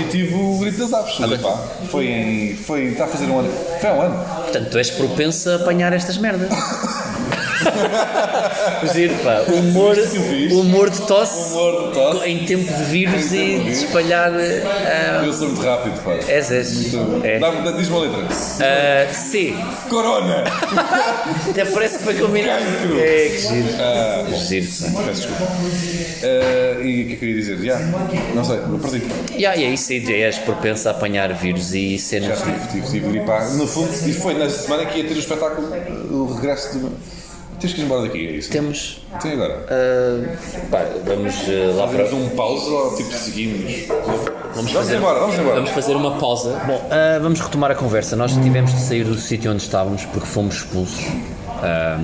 S2: e tive o gripe das aves. Olha, pá, foi em. Foi. Está a fazer um ano. Foi há um ano.
S3: Portanto, tu és propenso a apanhar estas merdas. Giro, pá. Humor,
S2: Viste o que eu fiz?
S3: humor de tosse.
S2: Humor de tosse.
S3: Em tempo de vírus
S2: Em
S3: e
S2: tempo de
S3: de
S2: vírus.
S3: espalhar. ah,
S2: Eu sou muito rápido, pá.
S3: és, és. É.
S2: Dá-me- dá- Diz-me uma letra.
S3: Ah, C.
S2: Corona!
S3: Até parece que foi combinado.
S2: Cancro.
S3: É, que giro.
S2: Ah,
S3: Que giro, pá.
S2: peço desculpa. Ah, e o que é que eu queria dizer? Já? Não sei, não perdi.
S3: Yeah, e é isso aí, já és propenso a apanhar vírus e
S2: Já
S3: cenas.
S2: tive, tive, tive gripe A. No fundo, e foi na semana que ia ter o espetáculo, o regresso do. Tens que ir embora daqui, é isso?
S3: Temos.
S2: Tem agora.
S3: ah, pá, vamos ah, lá para.
S2: Fazemos um pause ou tipo seguimos?
S3: Vamos
S2: Vamos
S3: fazer,
S2: embora, vamos embora.
S3: vamos fazer uma pausa. Bom, ah, vamos retomar a conversa. Nós tivemos de sair do sítio onde estávamos porque fomos expulsos. Ah,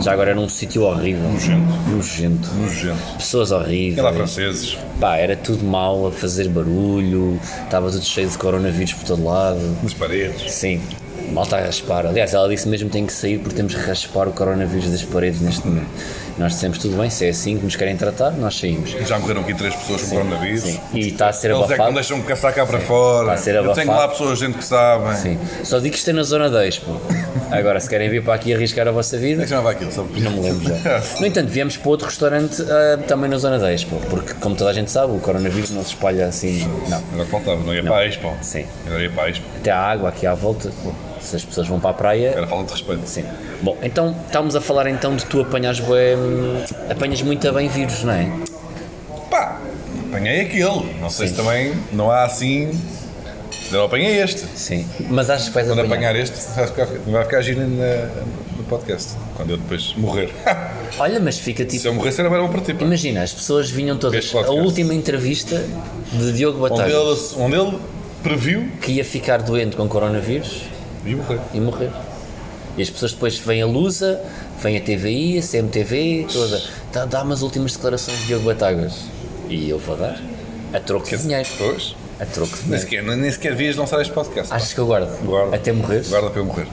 S3: já agora era um sítio horrível. Nojento. Nojento.
S2: Nojento.
S3: Pessoas horríveis.
S2: franceses.
S3: Pá, era tudo mal a fazer barulho, estava tudo cheio de coronavírus por todo lado.
S2: Nas paredes.
S3: Sim, malta a raspar. Aliás, ela disse mesmo que tem que sair porque temos que raspar o coronavírus das paredes neste momento. Nós dissemos tudo bem, se é assim que nos querem tratar, nós saímos.
S2: Já morreram aqui três pessoas com coronavírus.
S3: Sim. E está a ser
S2: Eles é que não
S3: abafado.
S2: deixam caçar cá para fora.
S3: Está a ser
S2: Eu tenho
S3: abafado.
S2: lá pessoas, gente que sabe. Como
S3: Sim. Só digo que isto é na zona 10, pô. Agora, se querem vir para aqui arriscar a vossa
S2: é
S3: vida,
S2: que chamava aquilo? Sabe?
S3: não me lembro já. No entanto, viemos para outro restaurante ah, também na zona 10, pô, porque como toda a gente sabe, o coronavírus não se espalha assim. Não.
S2: Era o que faltava, não ia para a Expo.
S3: Sim.
S2: Não ia para a Expo.
S3: Até a água aqui à volta, pô, se as pessoas vão para a praia,
S2: Era falta de respeito.
S3: Sim. Bom, então estávamos a falar então de tu apanhas bué, hum, apanhas muito a bem vírus, não é?
S2: Pá, apanhei aquilo. Não sei se também não há assim Eu não apanhei este.
S3: Sim. Mas acho que vais
S2: Quando
S3: apanhar.
S2: apanhar este, vai ficar, vai ficar giro na- no podcast. Quando eu depois morrer.
S3: Olha, mas fica tipo.
S2: Se eu morresse era bom para ti. pá.
S3: Imagina, as pessoas vinham todas.
S2: Este
S3: A
S2: podcast.
S3: última entrevista de Diogo
S2: Onde
S3: Batalha,
S2: ele, onde ele previu
S3: que ia ficar doente com coronavírus
S2: e morrer.
S3: e morrer. E as pessoas depois vêm a Lusa, vêm a TVI, a CMTV, toda. Dá, dá umas últimas declarações de Diogo Batagas. E eu vou dar. A troco de dinheiro.
S2: Pois.
S3: A troco de
S2: Nem
S3: dinheiro.
S2: sequer, nem sequer devias lançar este podcast. pá.
S3: Achas que eu guardo?
S2: Guarda.
S3: Até morrer? Tá
S2: Guarda para eu morrer.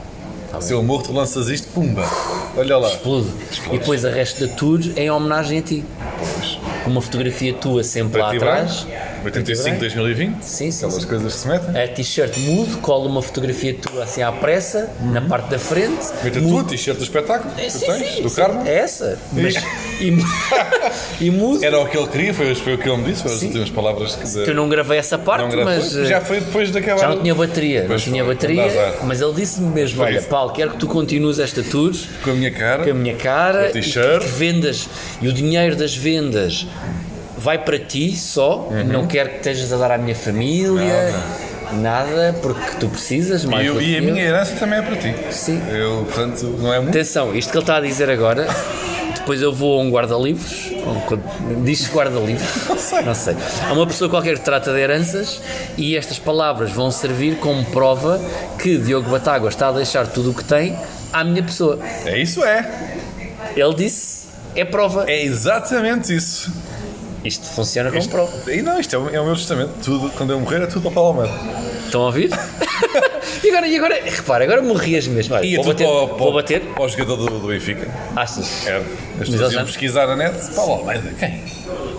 S2: Se eu morro, tu lanças isto, pumba. Olha lá.
S3: Explode. E depois a resto da tour é em homenagem a ti.
S2: Pois.
S3: Com uma fotografia tua sempre lá
S2: Preto e branco.
S3: atrás.
S2: 85, 2020.
S3: Sim, sim,
S2: Aquelas
S3: sim.
S2: coisas que se metem.
S3: A t-shirt mudo, colo uma fotografia tua assim à pressa, na parte da frente.
S2: Mete a Uhum. tua tipo. t-shirt do espetáculo que tu
S3: Eh, Sim,
S2: tens,
S3: sim,
S2: do
S3: sim.
S2: Carmo.
S3: É essa. Mas, e, mu- e mudo.
S2: Era o que ele queria, foi, foi o que ele me disse, foram as
S3: Sim.
S2: últimas palavras que
S3: Que eu não gravei essa parte,
S2: não gravou.
S3: mas. eh,
S2: Já foi depois de acabar.
S3: já não tinha bateria, não
S2: Pois
S3: tinha
S2: foi,
S3: bateria,
S2: dá azar.
S3: mas ele disse-me mesmo:
S2: Foi
S3: Olha,
S2: isso.
S3: Paulo, quero que tu continues esta tour
S2: Com a minha cara.
S3: com a minha cara,
S2: Com a
S3: e que-
S2: t-shirt.
S3: que vendas, e o dinheiro das vendas vai para ti só,
S2: Uhum.
S3: não quero que estejas a dar à minha família, nada, porque tu precisas mais.
S2: E, eu-
S3: do que
S2: e a
S3: eu.
S2: minha herança também é para ti.
S3: Sim.
S2: Eu, portanto, não é muito.
S3: Atenção, isto que ele está a dizer agora. Depois eu vou a um guarda-livros, ou quando- diz-se guarda-livros, não sei. Há uma pessoa qualquer que trata de heranças e estas palavras vão servir como prova que Diogo Batágua está a deixar tudo o que tem à minha pessoa.
S2: É isso é.
S3: Ele disse, é prova.
S2: É exatamente isso.
S3: Isto funciona como prova.
S2: E não, isto é o, é o meu testamento. Tudo, quando eu morrer é tudo ao Paulo Almeida.
S3: Estão a ouvir? e agora, e agora, repara, agora morrias mesmo. Olha,
S2: E é
S3: vou,
S2: tudo
S3: bater,
S2: para, o- É.
S3: vou bater,
S2: para o jogador do, do Benfica.
S3: achas?
S2: Era. As pessoas
S3: eles
S2: iam
S3: não-
S2: pesquisar na net. Paulo Almeida, quem?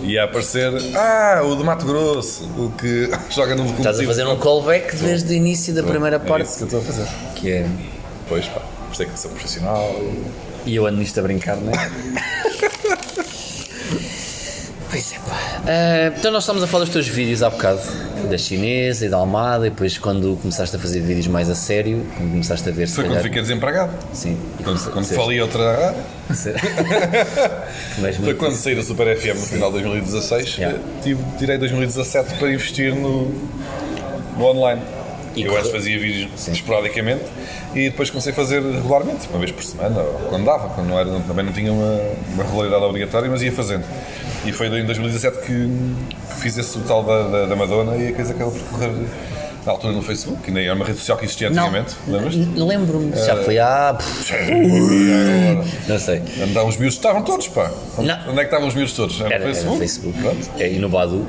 S2: Ia aparecer. Ah, o do Mato Grosso. O que joga no locomotivo.
S3: Estás a fazer um callback desde o início da primeira
S2: É isso
S3: parte,
S2: que eu estou a fazer.
S3: que é...
S2: Pois pá, por isso é que sou profissional.
S3: E eu ando nisto a brincar, não é? pois é, pá. Ah, então, nós estávamos a falar dos teus vídeos há bocado, da chinesa e da Almada, e depois quando começaste a fazer vídeos mais a sério, quando começaste a ver, se
S2: Foi quando
S3: calhar...
S2: fiquei desempregado.
S3: Sim, e
S2: Quando, quando
S3: comece-
S2: falei outra rádio.
S3: mas
S2: Foi
S3: muito-
S2: quando saí da Super FM no final de 2016.
S3: Yeah.
S2: eh, Tive, tirei 2017 para investir no, no online.
S3: E
S2: eu
S3: correu-
S2: antes fazia vídeos esporadicamente e depois comecei a fazer regularmente, uma vez por semana, ou quando dava, quando não era, também não tinha uma, uma regularidade obrigatória, mas ia fazendo. E foi em 2017 que fiz esse tal da, da, da Madonna e a coisa acabou por correr na altura no Facebook, que nem era uma rede social que existia
S3: Não,
S2: antigamente, lembras-te? Ah.
S3: n- lembro-me, já foi há... pff, Não sei.
S2: Andavam os miúdos, estavam todos, pá. Onde,
S3: Não.
S2: onde é que estavam os miúdos todos? Era,
S3: Era,
S2: no
S3: era
S2: Facebook.
S3: Facebook.
S2: Pronto.
S3: É, e no Badu.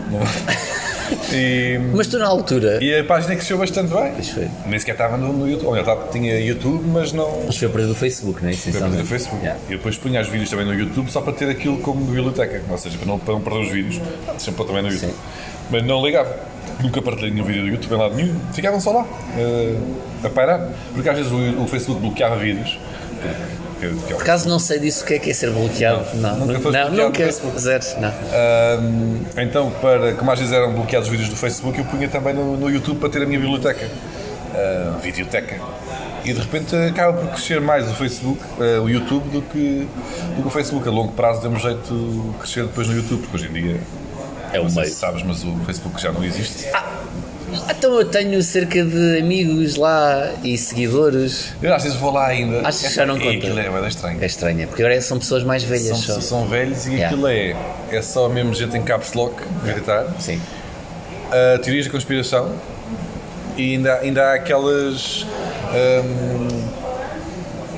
S2: E,
S3: Mas tu na altura.
S2: e a página cresceu bastante bem.
S3: Pois foi.
S2: Nem sequer estava no, no YouTube. Olha, estava- tinha YouTube, mas não.
S3: Mas foi a partir do Facebook, não é?
S2: Estava
S3: Essencialmente.
S2: no Facebook.
S3: Yeah.
S2: E depois punha os vídeos também no YouTube só para ter aquilo como biblioteca, ou seja, para não, para não perder os vídeos. Portanto, Sempre também no YouTube.
S3: Sim.
S2: Mas não ligava. Nunca partilhei nenhum vídeo do YouTube em lado nenhum. Ficavam só lá, eh, a pairar. Porque às vezes o, o Facebook bloqueava vídeos. porque- que é o-
S3: Por acaso não sei disso o que é que é ser bloqueado. Não,
S2: nunca
S3: não,
S2: foste
S3: não,
S2: bloqueado
S3: nunca.
S2: no Facebook.
S3: Zero, não.
S2: Ahm, então, para, como às vezes eram bloqueados os vídeos do Facebook, eu punha também no, no YouTube para ter a minha biblioteca. Ah, videoteca. E de repente acaba por crescer mais o Facebook, ah, o YouTube, do que, do que o Facebook. A longo prazo deu-me jeito de crescer depois no YouTube, porque hoje em dia,
S3: É o
S2: não sei
S3: meio.
S2: se sabes, mas o Facebook já não existe.
S3: Então eu tenho cerca de amigos lá e seguidores.
S2: Eu às vezes vou lá ainda.
S3: Acho que já não
S2: e
S3: conta.
S2: aquilo é, bué da estranho.
S3: É estranho, é porque agora são pessoas mais
S2: São,
S3: velhas só.
S2: pessoas- são velhos e
S3: Yeah.
S2: aquilo é, é só mesmo gente em caps lock, gritar.
S3: Sim.
S2: uh, teorias da conspiração e ainda, ainda há aquelas. hum,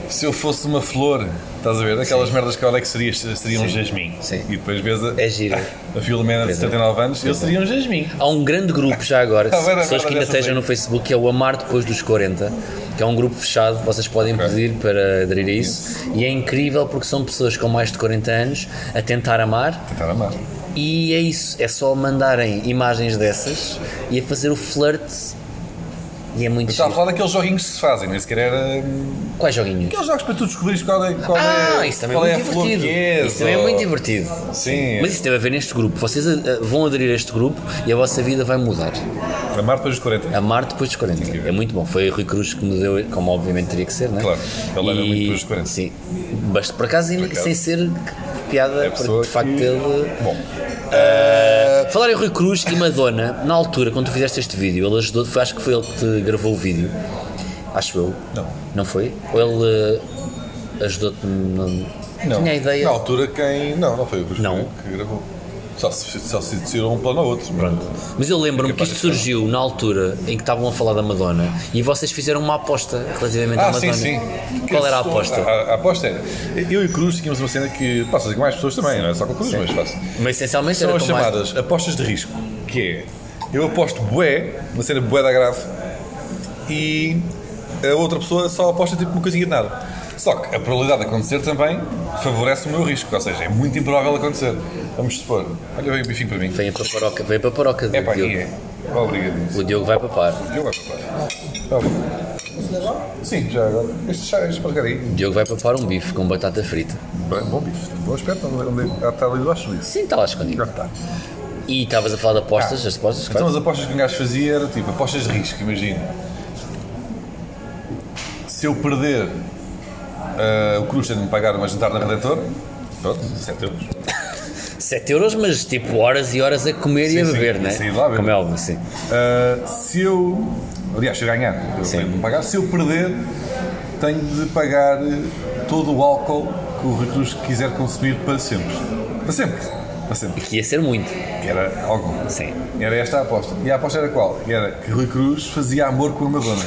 S2: se eu fosse uma flor, estás a ver? Aquelas merdas que olha que seria, seria um jasmim.
S3: Sim.
S2: E depois vês a,
S3: É giro.
S2: a Filomena de
S3: Pois é.
S2: 79 anos, eu seria um jasmim.
S3: Há um grande grupo já agora,
S2: Tá bem,
S3: pessoas
S2: agora
S3: que ainda
S2: dessa
S3: estejam no Facebook, que é o Amar Depois dos 40, que é um grupo fechado, vocês podem
S2: Ok.
S3: pedir para aderir a isso. E é incrível porque são pessoas com mais de 40 anos a tentar amar
S2: Tentar amar.
S3: E é isso, é só mandarem imagens dessas e a fazer o flirt. E é muito
S2: Estava a
S3: giro.
S2: falar daqueles joguinhos que se fazem, nem sequer era. hum,
S3: Quais joguinhos?
S2: Aqueles jogos para tu descobrires qual é, qual
S3: Ah,
S2: é,
S3: isso também
S2: qual
S3: é
S2: é a
S3: muito
S2: flor
S3: divertido.
S2: que és.
S3: Isso também é
S2: ou-
S3: muito divertido.
S2: Sim.
S3: Mas isso tem a ver neste grupo. Vocês ah, ah, vão aderir a este grupo e a vossa vida vai mudar.
S2: Amar depois dos 40.
S3: Amar depois dos 40. É muito bom. Foi o Rui Cruz que me deu, como obviamente teria que ser, não é?
S2: Claro. Ele era
S3: E-
S2: muito depois dos 40.
S3: Sim. Mas por acaso, ainda
S2: acaso.
S3: sem ser piada,
S2: É a
S3: porque
S2: pessoa
S3: de facto
S2: que-
S3: ele.
S2: Bom.
S3: Falar em Rui Cruz e Madonna, na altura, quando tu fizeste este vídeo, ele ajudou, foi, acho que foi ele que te gravou o vídeo. Acho eu.
S2: Não.
S3: Não foi? Ou ele eh, ajudou-te? Não, Tinha a ideia.
S2: Na altura quem. Não, não foi o Bruce
S3: Não.
S2: que gravou. Só se, só se decidiram um plano ao outro. Ah, Pronto.
S3: Mas eu lembro-me que
S2: Capaz
S3: isto
S2: de ser.
S3: surgiu na altura em que estavam a falar da Madonna e vocês fizeram uma aposta relativamente à
S2: Ah, sim,
S3: Madonna.
S2: sim.
S3: Então,
S2: Ah.
S3: Qual era a
S2: Esse-
S3: aposta?
S2: A, a aposta era. Eu e o Cruz tínhamos uma cena que. Posso fazer com mais pessoas também, não é só com o Cruz, mas faço.
S3: Mas essencialmente
S2: São
S3: era
S2: as
S3: com mais-
S2: chamadas apostas de risco, que é. Eu aposto bué, uma cena bué da grave, e a outra pessoa só aposta tipo uma coisinha de nada. Só que a probabilidade de acontecer também favorece o meu risco, ou seja, é muito improvável acontecer. Vamos supor. Olha bem o bifinho para mim.
S3: Vem a paparoca, vem a paparoca do
S2: É pá, aqui
S3: Diogo.
S2: é. Obrigadíssimo.
S3: O Diogo vai papar.
S2: Eu gosto de Sim, já agora. Este chá, este para aí.
S3: O Diogo vai papar um bife com batata frita.
S2: Bem, bom bife. Bom aspecto, onde onde- ah, está ali do acho isso.
S3: Sim, está lá
S2: Já
S3: escondido.
S2: está.
S3: E estavas a falar de apostas, as apostas,
S2: Então
S3: claro.
S2: as apostas que um gajo fazia era tipo apostas de risco, imagina. Se eu perder, ah, o Cruz tem de me pagar uma jantar na Redentor, pronto, 7 euros.
S3: 7 euros, mas tipo horas e horas a comer e a
S2: Então- sim,
S3: beber,
S2: e
S3: né?
S2: sair de lá a beber.
S3: Como é óbvio, sim.
S2: Uh, se eu. Aliás, se eu ganhar, eu tenho de me pagar. Se eu perder, tenho de pagar eh, todo o álcool que o Rui Cruz quiser consumir para sempre. Para sempre. Para sempre.
S3: Que ia ser muito.
S2: Que era algum.
S3: Sim.
S2: Era esta a aposta. E a aposta era qual? Era que Rui Cruz fazia amor com a Madonna.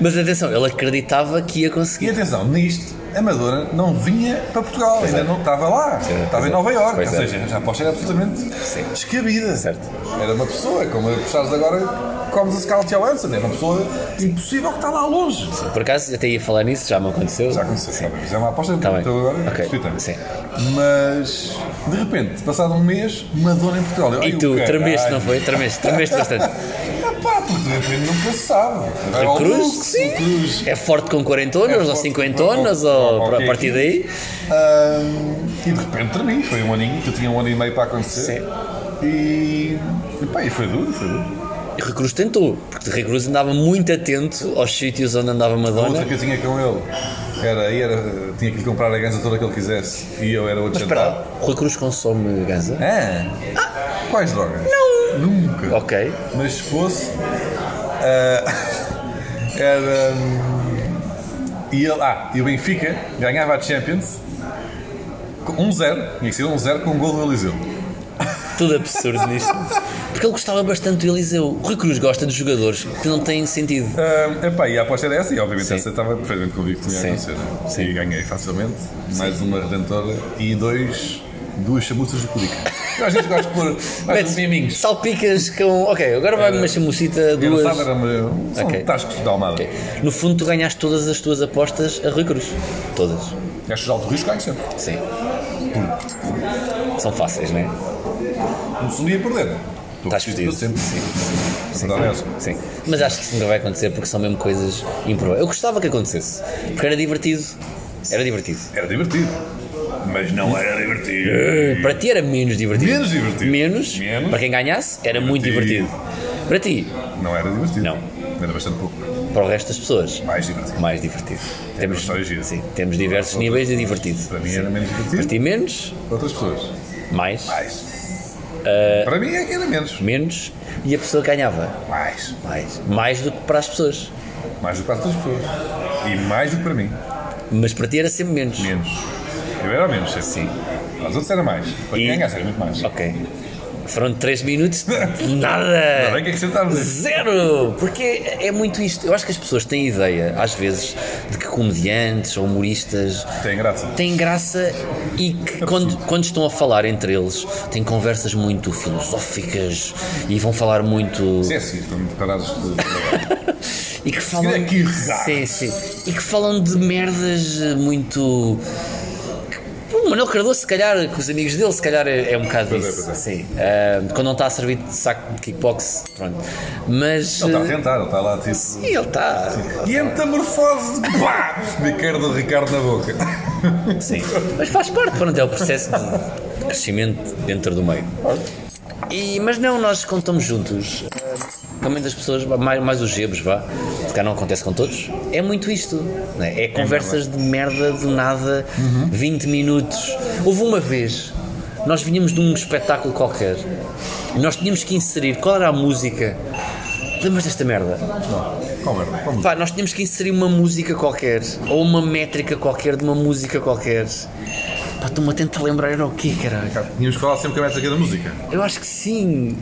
S3: Mas atenção, ele acreditava que ia
S2: E
S3: conseguir.
S2: atenção, nisto, a Madonna não vinha para Portugal, ainda não estava lá, estava em Nova Iorque,
S3: Pois
S2: ou
S3: é.
S2: seja, já a aposta era absolutamente descabida.
S3: Certo.
S2: Era uma pessoa, como apostares agora, comes a Scarlett Johansson, era é uma pessoa impossível que está lá longe.
S3: Por acaso, até ia falar nisso, já me aconteceu.
S2: Já aconteceu, sabe? Mas é uma aposta,
S3: Tá bem.
S2: então agora
S3: Ok,
S2: respeitamos.
S3: sim.
S2: Mas, de repente, passado um mês, Madonna em Portugal. Eu,
S3: E
S2: ai, o
S3: tu
S2: caralho.
S3: tremeste, não foi? Tremeste, tremeste bastante.
S2: Ah pá, porque de repente nunca se sabe. Vai ao
S3: Cruz?
S2: Lux,
S3: Sim.
S2: o Cruz.
S3: É forte com 40 horas ou
S2: forte
S3: 50
S2: com-
S3: horas
S2: com-
S3: ou
S2: com-
S3: a
S2: ok.
S3: partir daí?
S2: Ahm, e de repente tremi, foi um aninho, que eu tinha um ano e meio para acontecer.
S3: Sim.
S2: E, e, pá, e foi duro, foi duro.
S3: E Rui Cruz tentou, porque Rui Cruz andava muito atento aos sítios onde andava
S2: A outra
S3: Madonna.
S2: que eu tinha com ele era, aí era tinha que lhe comprar a ganza toda que ele quisesse e eu era outro
S3: Espera,
S2: jantar.
S3: Rui Cruz consome ganza?
S2: Ah, quais drogas? Não! Nunca!
S3: Ok.
S2: Mas se fosse. ah, era. hum, E ele, ah, e o Benfica ganhava a Champions com 1-0, tinha que ser 1-0 com um gol do Eliseu.
S3: Tudo absurdo nisto. Porque ele gostava bastante do Eliseu. O Rui Cruz gosta de jogadores que não têm sentido.
S2: Ah, epá, e a aposta era essa, e obviamente
S3: Sim.
S2: essa estava perfeitamente convicto que tinha
S3: Sim.
S2: acontecido. é? E ganhei facilmente, mais uma redentora e dois, duas chamuças de pudica. Eu às vezes gosto de pôr mais uns
S3: Metes
S2: miminhos.
S3: salpicas com. Ok, agora vai uma chamucita,
S2: Eu não
S3: duas.
S2: sabe, era uma, são
S3: Ok.
S2: tascos de Almada.
S3: Ok. É. No fundo, tu ganhaste todas as tuas apostas a Rui Cruz. Todas.
S2: Gastos de alto risco, ganho sempre.
S3: Sim. São fáceis, não é?
S2: Não solia perder. Estou
S3: Estás
S2: fedido
S3: fedido.
S2: sempre. é
S3: Sim.
S2: Sim. Honesto.
S3: Sim. Mas acho que isso nunca vai acontecer porque são mesmo coisas improváveis. Eu gostava que acontecesse, porque era divertido. Era divertido.
S2: Era divertido. Mas não era divertido.
S3: Para ti era menos divertido.
S2: Menos divertido.
S3: Menos.
S2: Menos.
S3: Para quem ganhasse, era muito
S2: Divertido.
S3: divertido. Para ti,
S2: Não era divertido.
S3: Não.
S2: Era bastante pouco.
S3: para o resto das pessoas,
S2: Mais divertido.
S3: mais divertido.
S2: É
S3: Temos,
S2: histórias giras.
S3: sim, temos diversos níveis de divertido.
S2: Para mim
S3: Sim.
S2: era menos
S3: Para
S2: divertido.
S3: ti, menos,
S2: Para outras pessoas.
S3: mais,
S2: Mais. Para mim é que era menos.
S3: menos, e a pessoa ganhava.
S2: Mais.
S3: Mais. Mais do que para as pessoas.
S2: Mais do que para as outras pessoas. E mais do que para mim.
S3: Mas para ti era sempre menos.
S2: Menos. Eu era menos, sempre.
S3: Sim.
S2: Para os outros era mais. Para
S3: E-
S2: quem ganhasse era muito mais.
S3: Ok. Foram 3 minutos.
S2: Ainda
S3: Nada!
S2: bem que acrescentámos.
S3: Zero! Porque é muito isto. Eu acho que as pessoas têm ideia, às vezes, de que comediantes ou humoristas
S2: Tem graça.
S3: têm graça e que quando, quando estão a falar entre eles têm conversas muito filosóficas e vão falar muito.
S2: Sim, é, sim. Estão preparados de...
S3: E que falam.
S2: calhar aqui rezar.
S3: sim, sim. E que falam de merdas eh, muito. que- O Manuel Cardoso, se calhar, com os amigos dele, se calhar é é um bocado
S2: Pois é,
S3: isso.
S2: pois é.
S3: Sim. Ah, quando não está a servir de saco de kickbox, pronto. Mas.
S2: Ele está a
S3: eh,
S2: tentar, ele está lá tipo.
S3: e ele tá- está.
S2: E a metamorfose de pá! Biqueiro do Ricardo na boca.
S3: Sim. Mas faz parte, pronto, é o processo de crescimento dentro do meio. E, mas não, nós contamos juntos. Ah, Também das pessoas, mais, mais os gebos, vá. Se calhar não acontece com todos. É muito isto. Né? É conversas de merda, do nada, 20 minutos. Houve uma vez Nós vinhamos de um espetáculo qualquer. Nós tínhamos que inserir qual era a música. Lembras desta merda?
S2: Qual era? Qual música?
S3: Pá, nós tínhamos que inserir uma música qualquer, ou uma métrica qualquer de uma música qualquer. Pá, estou-me a tentar lembrar, era o quê, caralho?
S2: Tínhamos que falar sempre com a métrica da música.
S3: Eu acho que sim.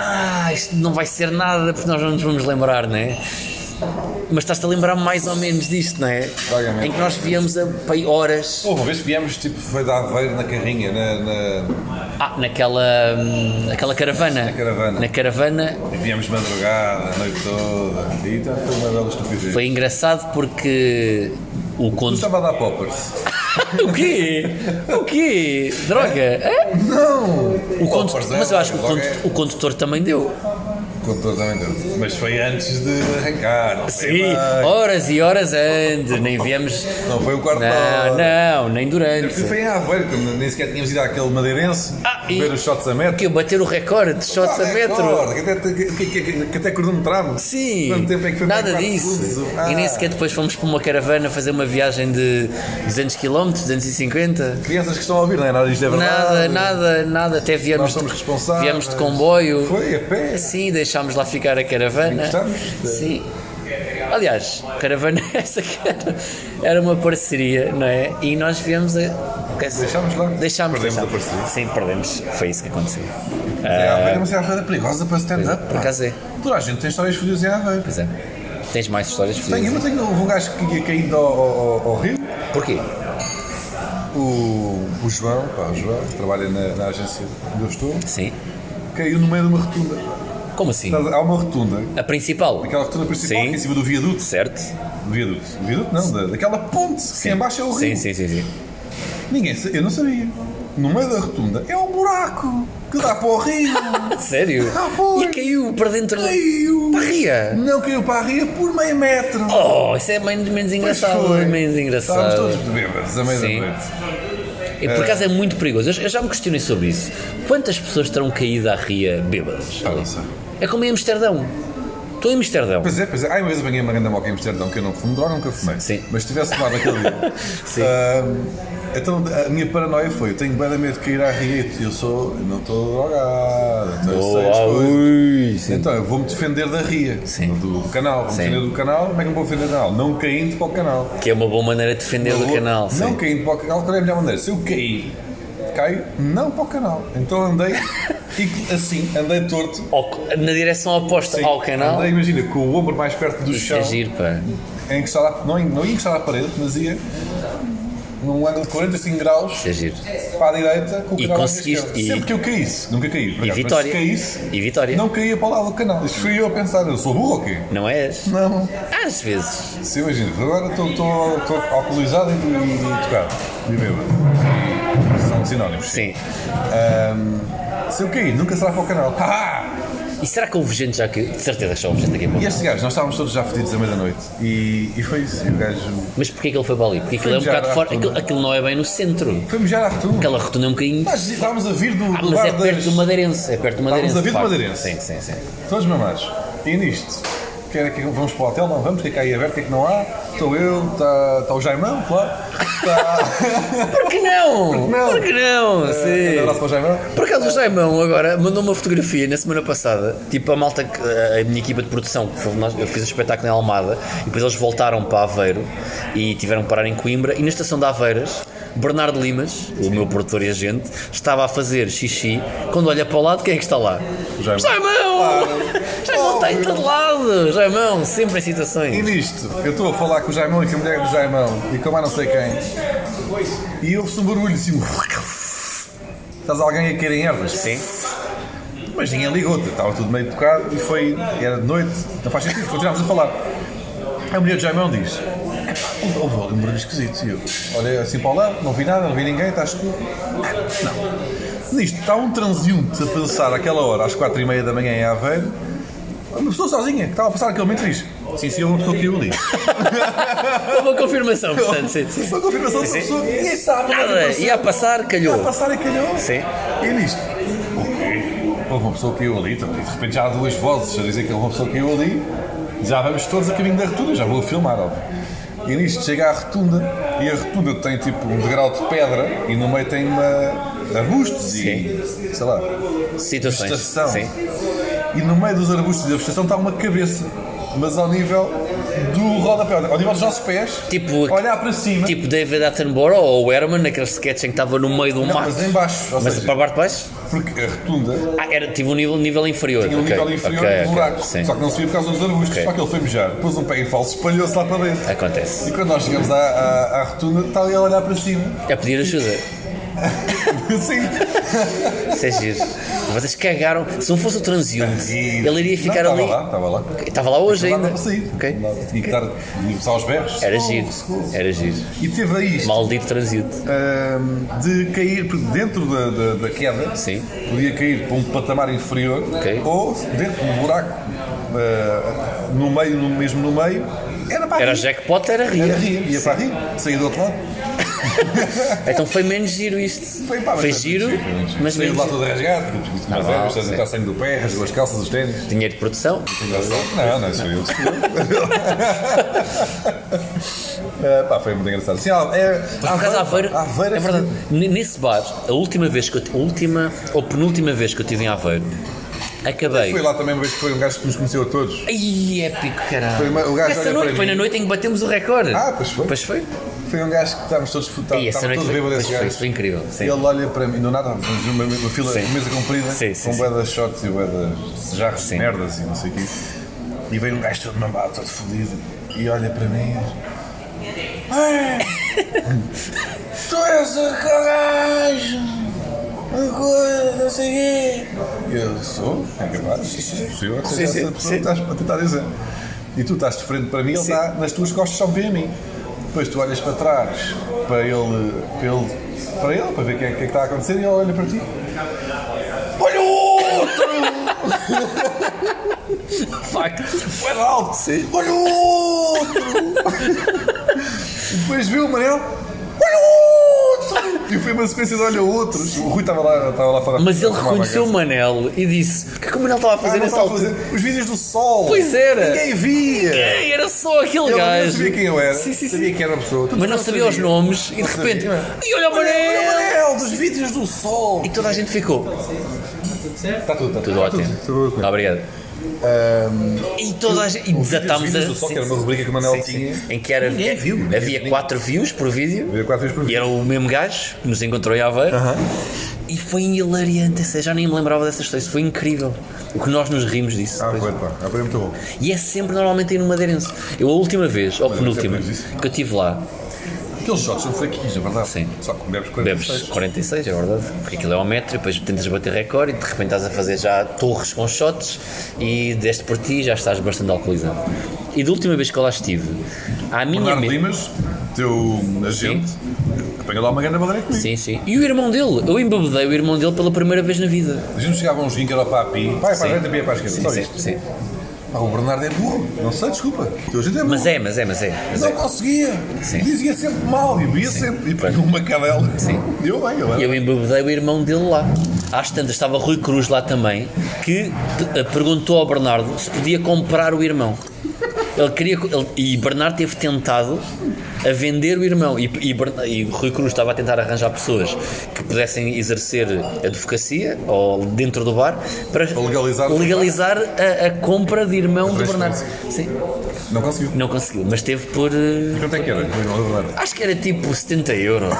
S3: Ah, isto não vai ser nada porque nós não nos vamos lembrar, não é? Mas estás-te a lembrar mais ou menos disto, não é?
S2: Vagamente.
S3: Em que nós viemos a pai, horas.
S2: Houve uma vez que viemos, tipo, foi da Aveiro na carrinha, na, na-
S3: Ah, naquela. hum, naquela caravana. Na
S2: caravana.
S3: Na caravana.
S2: Viemos de madrugada, a noite toda. E então foi uma bela estupidez.
S3: Foi engraçado porque. O condutor.
S2: Estava a dar poppers.
S3: o quê? O quê? Droga? Hã?
S2: Não!
S3: O condutor,
S2: Poppers, é?
S3: mas eu acho que o,
S2: Logo
S3: condu-
S2: é-
S3: o condutor também deu.
S2: Condutor também deu. Mas foi antes de arrancar. não foi
S3: Sim,
S2: bem.
S3: horas e horas antes. Nem viemos.
S2: Não foi o quarto da hora.
S3: Não, não, nem durante.
S2: Foi em Aveiro, que nem sequer tínhamos ido àquele madeirense
S3: Ah, e-
S2: ver os shots a metro.
S3: Que eu bater o recorde de shots a
S2: Ah,
S3: metro.
S2: recorde, Que até, que, que, que, que até cronometrámos.
S3: Sim,
S2: Quanto tempo é que foi?
S3: nada
S2: Quatro
S3: disso.
S2: segundos? Ah,
S3: E nem sequer depois fomos para uma caravana fazer uma viagem de 200 km, 250.
S2: Crianças que estão a ouvir, não é nada disto é
S3: Nada,
S2: verdade.
S3: nada, nada. Até viemos,
S2: Nós somos responsáveis.
S3: viemos de comboio.
S2: Foi é a pé.
S3: Sim, É assim, deixámos lá ficar a caravana.
S2: Gostamos?
S3: Sim. Aliás, caravana essa que era, era uma parceria, não é? E nós viemos a.
S2: Deixámos lá.
S3: Deixámos,
S2: Perdemos a
S3: deixámos.
S2: parceria.
S3: Sim, perdemos. Foi isso que aconteceu.
S2: É, Aveiro, mas é Aveiro é perigosa para stand-up.
S3: Por acaso é.
S2: Toda a gente tem histórias fodidas em Aveiro.
S3: Pois é. Tens mais histórias felizes?
S2: Tenho, eu tenho houve um gajo que ia caindo ao, ao- ao- ao rio.
S3: Porquê?
S2: O, o João, pá, o João, que trabalha na, na agência onde eu estou,
S3: Sim.
S2: caiu no meio de uma rotunda.
S3: Como assim?
S2: Estás- Há uma rotunda,
S3: A principal?
S2: Tá. aquela rotunda principal,
S3: Sim.
S2: que é em cima do viaduto.
S3: Certo?
S2: Do viaduto. Do viaduto não, da, daquela ponte que em baixo é o rio.
S3: Sim, sim, sim, sim.
S2: Ninguém, sa- eu não sabia. No meio da rotunda é um buraco que dá para o rio.
S3: Sério?
S2: Ah, pois.
S3: e caiu para dentro.
S2: Caiu.
S3: Para a ria?
S2: Não caiu para a ria por meio metro.
S3: Oh, isso é menos, menos
S2: Pois
S3: engraçado.
S2: foi.
S3: Menos
S2: Estávamos todos
S3: engraçado.
S2: bêbados a meia da
S3: Sim.
S2: noite.
S3: E por acaso é muito perigoso. Eu, eu já me questionei sobre isso. Quantas pessoas terão caído à ria bêbadas?
S2: Ah, não sei.
S3: É como em Amsterdão. Estou em Amsterdão.
S2: Pois é, pois é. Ai, uma vez apanhei uma grande moca em Amsterdão, que eu não fumo droga, nunca fumei.
S3: Sim.
S2: Mas se tivesse fumado aquele dia.
S3: Sim.
S2: ah, então a minha paranoia foi: eu tenho bem medo de cair à rita, eu sou. Eu não estou drogado, então eu sei as
S3: ah,
S2: coisas.
S3: ui, sim.
S2: Então, eu vou-me defender da ria,
S3: Sim.
S2: do, do canal. Vou-me
S3: Sim.
S2: defender do canal, como é que eu me vou defender do canal? Não caindo para o canal.
S3: Que é uma boa maneira de defender
S2: Eu
S3: o
S2: vou-
S3: canal.
S2: Não
S3: sim.
S2: caindo para o canal, qual é a melhor maneira? Se eu cair, caio não para o canal. Então andei e assim, andei torto.
S3: Ao- na direção oposta
S2: Sim,
S3: ao canal.
S2: Andei, imagina, com o ombro mais perto do
S3: Isso
S2: chão.
S3: é giro, pá.
S2: É encostado à- não, não ia encostar à parede, mas ia num ângulo de 45 graus
S3: Isso é giro.
S2: para a direita com o
S3: E
S2: canal à minha
S3: conseguiste-
S2: esquerda.
S3: e-
S2: Sempre que eu caísse, nunca caí. por
S3: E
S2: acaso,
S3: vitória.
S2: Mas se caísse,
S3: E vitória.
S2: não caía para lá do canal. Isto fui eu a pensar, eu sou burro ou quê?
S3: Não és?
S2: Não.
S3: Às vezes.
S2: Se imagina, agora estou- estou estou alcoolizado e, e, e tocado. E bêbado. E São sinónimos.
S3: Sim.
S2: Ahm, se eu cair, nunca será para o canal. Haha!
S3: E será que houve gente já que. De certeza que só houve gente aqui a pouco.
S2: E este gajo, nós estávamos todos já fedidos à meia-noite. E, e foi isso. E o gajo
S3: Mas porquê que ele foi para ali? Porque aquilo é um
S2: Foi já
S3: bocado
S2: à
S3: fora.
S2: rotunda.
S3: Aquilo, aquilo não é bem no centro.
S2: foi mijar à retunda.
S3: Aquela rotunda é um bocadinho.
S2: Nós estávamos a vir do,
S3: Ah,
S2: do
S3: mas
S2: bar
S3: é perto
S2: das-
S3: do Madeirense. É perto do Madeirense.
S2: a vir
S3: de
S2: do
S3: facto.
S2: Madeirense.
S3: Sim, sim, sim.
S2: Todos mamados. E nisto, que era que vamos para o hotel, não vamos, o que é que há aí aberto, o que é que não há? Estou eu, está tá o Jaimão, claro. Tá. Está.
S3: Por que não? Por
S2: que não?
S3: que não?
S2: Um abraço
S3: Sim.
S2: para o Jaimão.
S3: Por acaso o Jaimão agora mandou uma fotografia na semana passada, tipo a malta, que- a minha equipa de produção, que foi- nós- eu fiz um espetáculo em Almada, e depois eles voltaram para Aveiro e tiveram que parar em Coimbra, e na estação de Aveiras, Bernardo Limas, o meu produtor e agente, estava a fazer xixi, quando olha para o lado, quem é que está lá?
S2: Jaimão.
S3: Jaimão!
S2: Claro.
S3: Jaimão está em todo lado! Jaimão, sempre em
S2: E
S3: situações.
S2: nisto, eu estou a falar com o Jaimão e com a mulher do Jaimão e com a mais não sei quem. E ouve-se um barulho assim. Estás alguém a cair em ervas?
S3: Sim.
S2: Mas ninguém ligou, estava tudo meio tocado e foi. Era de noite, não faz sentido, continuámos a falar. A mulher de Jaimão diz: "Epá, houve- Houve ali um barulho esquisito. E eu olhei assim para o lado, não vi nada, não vi ninguém, está escuro. Não. Nisto, está um transeunte a passar àquela hora, às quatro e meia da manhã em Aveiro, uma pessoa sozinha, que estava a passar aquele momento diz: Sim, sim, houve uma pessoa que eu ali.
S3: Houve uma confirmação, portanto, sim, sim.
S2: Só confirmação de uma pessoa, ninguém sabe, nada
S3: Nada,
S2: passou.
S3: ia a passar,
S2: Está a
S3: calhou.
S2: passar e calhou.
S3: Sim.
S2: E nisto. O quê? Houve uma pessoa que caiu ali, então, e de repente já há duas vozes a dizer que houve uma pessoa que caiu ali, já vamos todos a caminho da rotunda, já vou a filmar, óbvio. E nisto chega à rotunda, e a rotunda tem tipo um degrau de pedra, e no meio tem uma, arbustos
S3: Sim.
S2: e, sei lá,
S3: Situações.
S2: vegetação.
S3: Sim.
S2: E no meio dos arbustos e da vegetação está uma cabeça, mas ao nível do rodapé, ao nível dos nossos pés,
S3: Tipo-
S2: olhar para cima,
S3: Tipo David Attenborough ou o Herman, naquele sketch em que estava no meio do
S2: não,
S3: mato.
S2: mas em baixo, ou
S3: Mas
S2: seja,
S3: para a parte de baixo?
S2: porque a rotunda
S3: Ah, era, tive um nível, nível inferior.
S2: tinha um
S3: Ok,
S2: nível inferior
S3: ok,
S2: do
S3: ok,
S2: buraco,
S3: Sim.
S2: só que não se via por causa dos arbustos,
S3: Ok.
S2: só que ele foi mejar, pôs um pé em falso, espalhou-se lá para dentro.
S3: Acontece.
S2: E quando nós chegamos à, à, à rotunda, está ali a olhar para cima,
S3: É pedir ajuda.
S2: assim.
S3: Isso é giro. Vocês cagaram. Se não fosse o transiunte, ele iria ficar
S2: É não,
S3: ali.
S2: Estava lá, estava lá.
S3: Estava lá hoje
S2: Não dava
S3: ainda.
S2: para sair.
S3: Ok.
S2: Não dava. Tinha que estar, tinha que usar os berros.
S3: Era
S2: Socorro,
S3: giro.
S2: socorro.
S3: Era giro.
S2: E teve aí isto,
S3: Maldito transiunte.
S2: ahm, de cair por dentro da, da, da queda,
S3: Sim.
S2: podia cair para um patamar inferior
S3: Ok.
S2: ou dentro de um buraco, ah, no meio, no, mesmo no meio, era para
S3: Era
S2: rir.
S3: jackpot, era
S2: Era
S3: rir.
S2: rir, ia para rir, saía do outro lado.
S3: Então foi menos giro isto.
S2: Foi, pá, mas é
S3: Foi
S2: foi
S3: giro,
S2: muito giro.
S3: mas
S2: Saiu
S3: menos
S2: de
S3: giro.
S2: lá
S3: Ah,
S2: todo rasgado, porque mas
S3: vale,
S2: é, estás a
S3: sim.
S2: entrar sangue do pé, rasgou as calças, os ténis.
S3: Dinheiro de produção.
S2: Não, não, sou eu. Ah, pá, foi muito engraçado. Sim, há- é,
S3: Mas por acaso a Aveiro,
S2: Aveiro
S3: é verdade, N- nesse bar, a última vez que eu, ti- a última ou penúltima vez que eu estive em Aveiro, acabei.
S2: Foi lá também uma vez que foi um gajo que nos conheceu a todos.
S3: Ai, épico,
S2: Foi
S3: caralho.
S2: uma- o gajo
S3: Essa
S2: olha
S3: noite
S2: para
S3: foi
S2: mim.
S3: na noite em que batemos o recorde.
S2: Ah, pois foi.
S3: Pois foi.
S2: Foi um gajo que estávamos todos
S3: Ai,
S2: estávamos
S3: essa noite
S2: todos
S3: foi,
S2: bêbados
S3: pois
S2: desse
S3: foi,
S2: gajo.
S3: foi incrível.
S2: E
S3: Sim.
S2: ele olha para mim, do nada, vamos uma, uma fila,
S3: Sim.
S2: uma mesa comprida,
S3: Sim, sim,
S2: com
S3: sim.
S2: boedas shots e boedas jarros de
S3: Sim.
S2: merdas e não sei o quê. E vem um gajo todo mamado, todo fodido, e olha para mim Ei, Tu és aquele gajo! uma coisa, Não sei o quê! E Eu sou, é capaz, é possível que seja
S3: Sim, sim,
S2: essa pessoa que
S3: sim.
S2: estás a tentar dizer. E tu estás de frente para mim, ele
S3: Sim.
S2: está nas tuas costas só me vê a mim. Depois tu olhas para trás para ele, para ele, para, ele, para ver o que, é, o que é que está a acontecer e ele olha para ti. Olha o outro!
S3: Facto.
S2: Olha alto! Olha o outro! e depois viu o Manel. Olha o outro! E foi uma sequência de olha outros. O Rui estava lá, estava lá fora.
S3: Mas ele
S2: Tomava
S3: reconheceu o
S2: uma
S3: Manel e disse: O que é que o Manel estava a
S2: gaja.
S3: fazer
S2: Ah, não
S3: nessa
S2: estava a
S3: altura?
S2: fazer os vídeos do sol!
S3: Pois era.
S2: Ninguém via!
S3: Ei, Era só aquele
S2: Ele não
S3: gajo.
S2: sabia quem eu era,
S3: Sim, sim,
S2: sabia
S3: sim.
S2: que era a pessoa.
S3: Mas
S2: Tu também
S3: não sabia os nomes e de
S2: Não sabia.
S3: repente. E olha o
S2: Olha o
S3: Manel!
S2: Manel, dos vídeos do sol!
S3: E toda a gente ficou.
S2: Está tudo, está
S3: Tudo
S2: está
S3: ótimo.
S2: Ah,
S3: Tá.
S2: tudo, tudo.
S3: Obrigado. E toda a gente. E
S2: vídeo-
S3: desatámos
S2: os
S3: a.
S2: vídeos do Sol,
S3: sim,
S2: que era uma
S3: sim,
S2: rubrica que o Manel
S3: sim, sim.
S2: tinha.
S3: Em que era,
S2: Ninguém viu, ninguém-
S3: havia quatro views por vídeo.
S2: Havia quatro vezes por
S3: E
S2: vídeo.
S3: era o mesmo gajo que nos encontrou em Aveiro. E foi hilariante. essa- Já nem me lembrava dessas história. Foi incrível. O que nós nos rimos disso.
S2: Ah,
S3: depois.
S2: foi, pá. Ah, foi muito bom.
S3: E é sempre normalmente em uma aderência. Eu, a última vez, ou penúltima,
S2: sempre fiz isso.
S3: que eu estive lá,
S2: Aqueles shots são fraquinhos, na verdade.
S3: Sim.
S2: Só que bebes 46.
S3: bebes 46, é verdade, porque aquilo é ao metro, e depois tentas bater recorde e de repente estás a fazer já torres com shots e deste por ti já estás bastante alcoolizado. E da última vez que eu lá estive, à minha
S2: Bernardo
S3: mesa.
S2: Limas, teu agente, apanha lá uma grande bandeira comigo.
S3: Sim, sim. E o irmão dele, eu embebedei o irmão dele pela primeira vez na vida.
S2: A gente chegava a um joguinho que era para a pi. Vai para a direita, pi para a esquerda. Só
S3: sim,
S2: isto.
S3: sim.
S2: Pá, o Bernardo é burro. Não sei, desculpa. O teu agente é burro.
S3: Mas é, mas é, mas é. Mas
S2: não
S3: é.
S2: conseguia.
S3: Sim.
S2: Dizia sempre mal. E bebia sempre. E pegou uma cadela.
S3: Sim.
S2: E eu bem, eu
S3: E
S2: era.
S3: Eu embebedei o irmão dele lá. Às tantas estava Rui Cruz lá também, que eh, perguntou ao Bernardo se podia comprar o irmão. Ele queria, co- ele- e Bernardo teve tentado a vender o irmão. E, e Bern- e Rui Cruz estava a tentar arranjar pessoas que pudessem exercer advocacia ou dentro do bar para
S2: legalizar-
S3: legalizar a, a compra de irmão do Bernardo. Sim.
S2: Não conseguiu.
S3: Não conseguiu, mas teve por. eh,
S2: Quanto é que era? o irmão do Bernardo?
S3: Acho que era tipo 70 euros.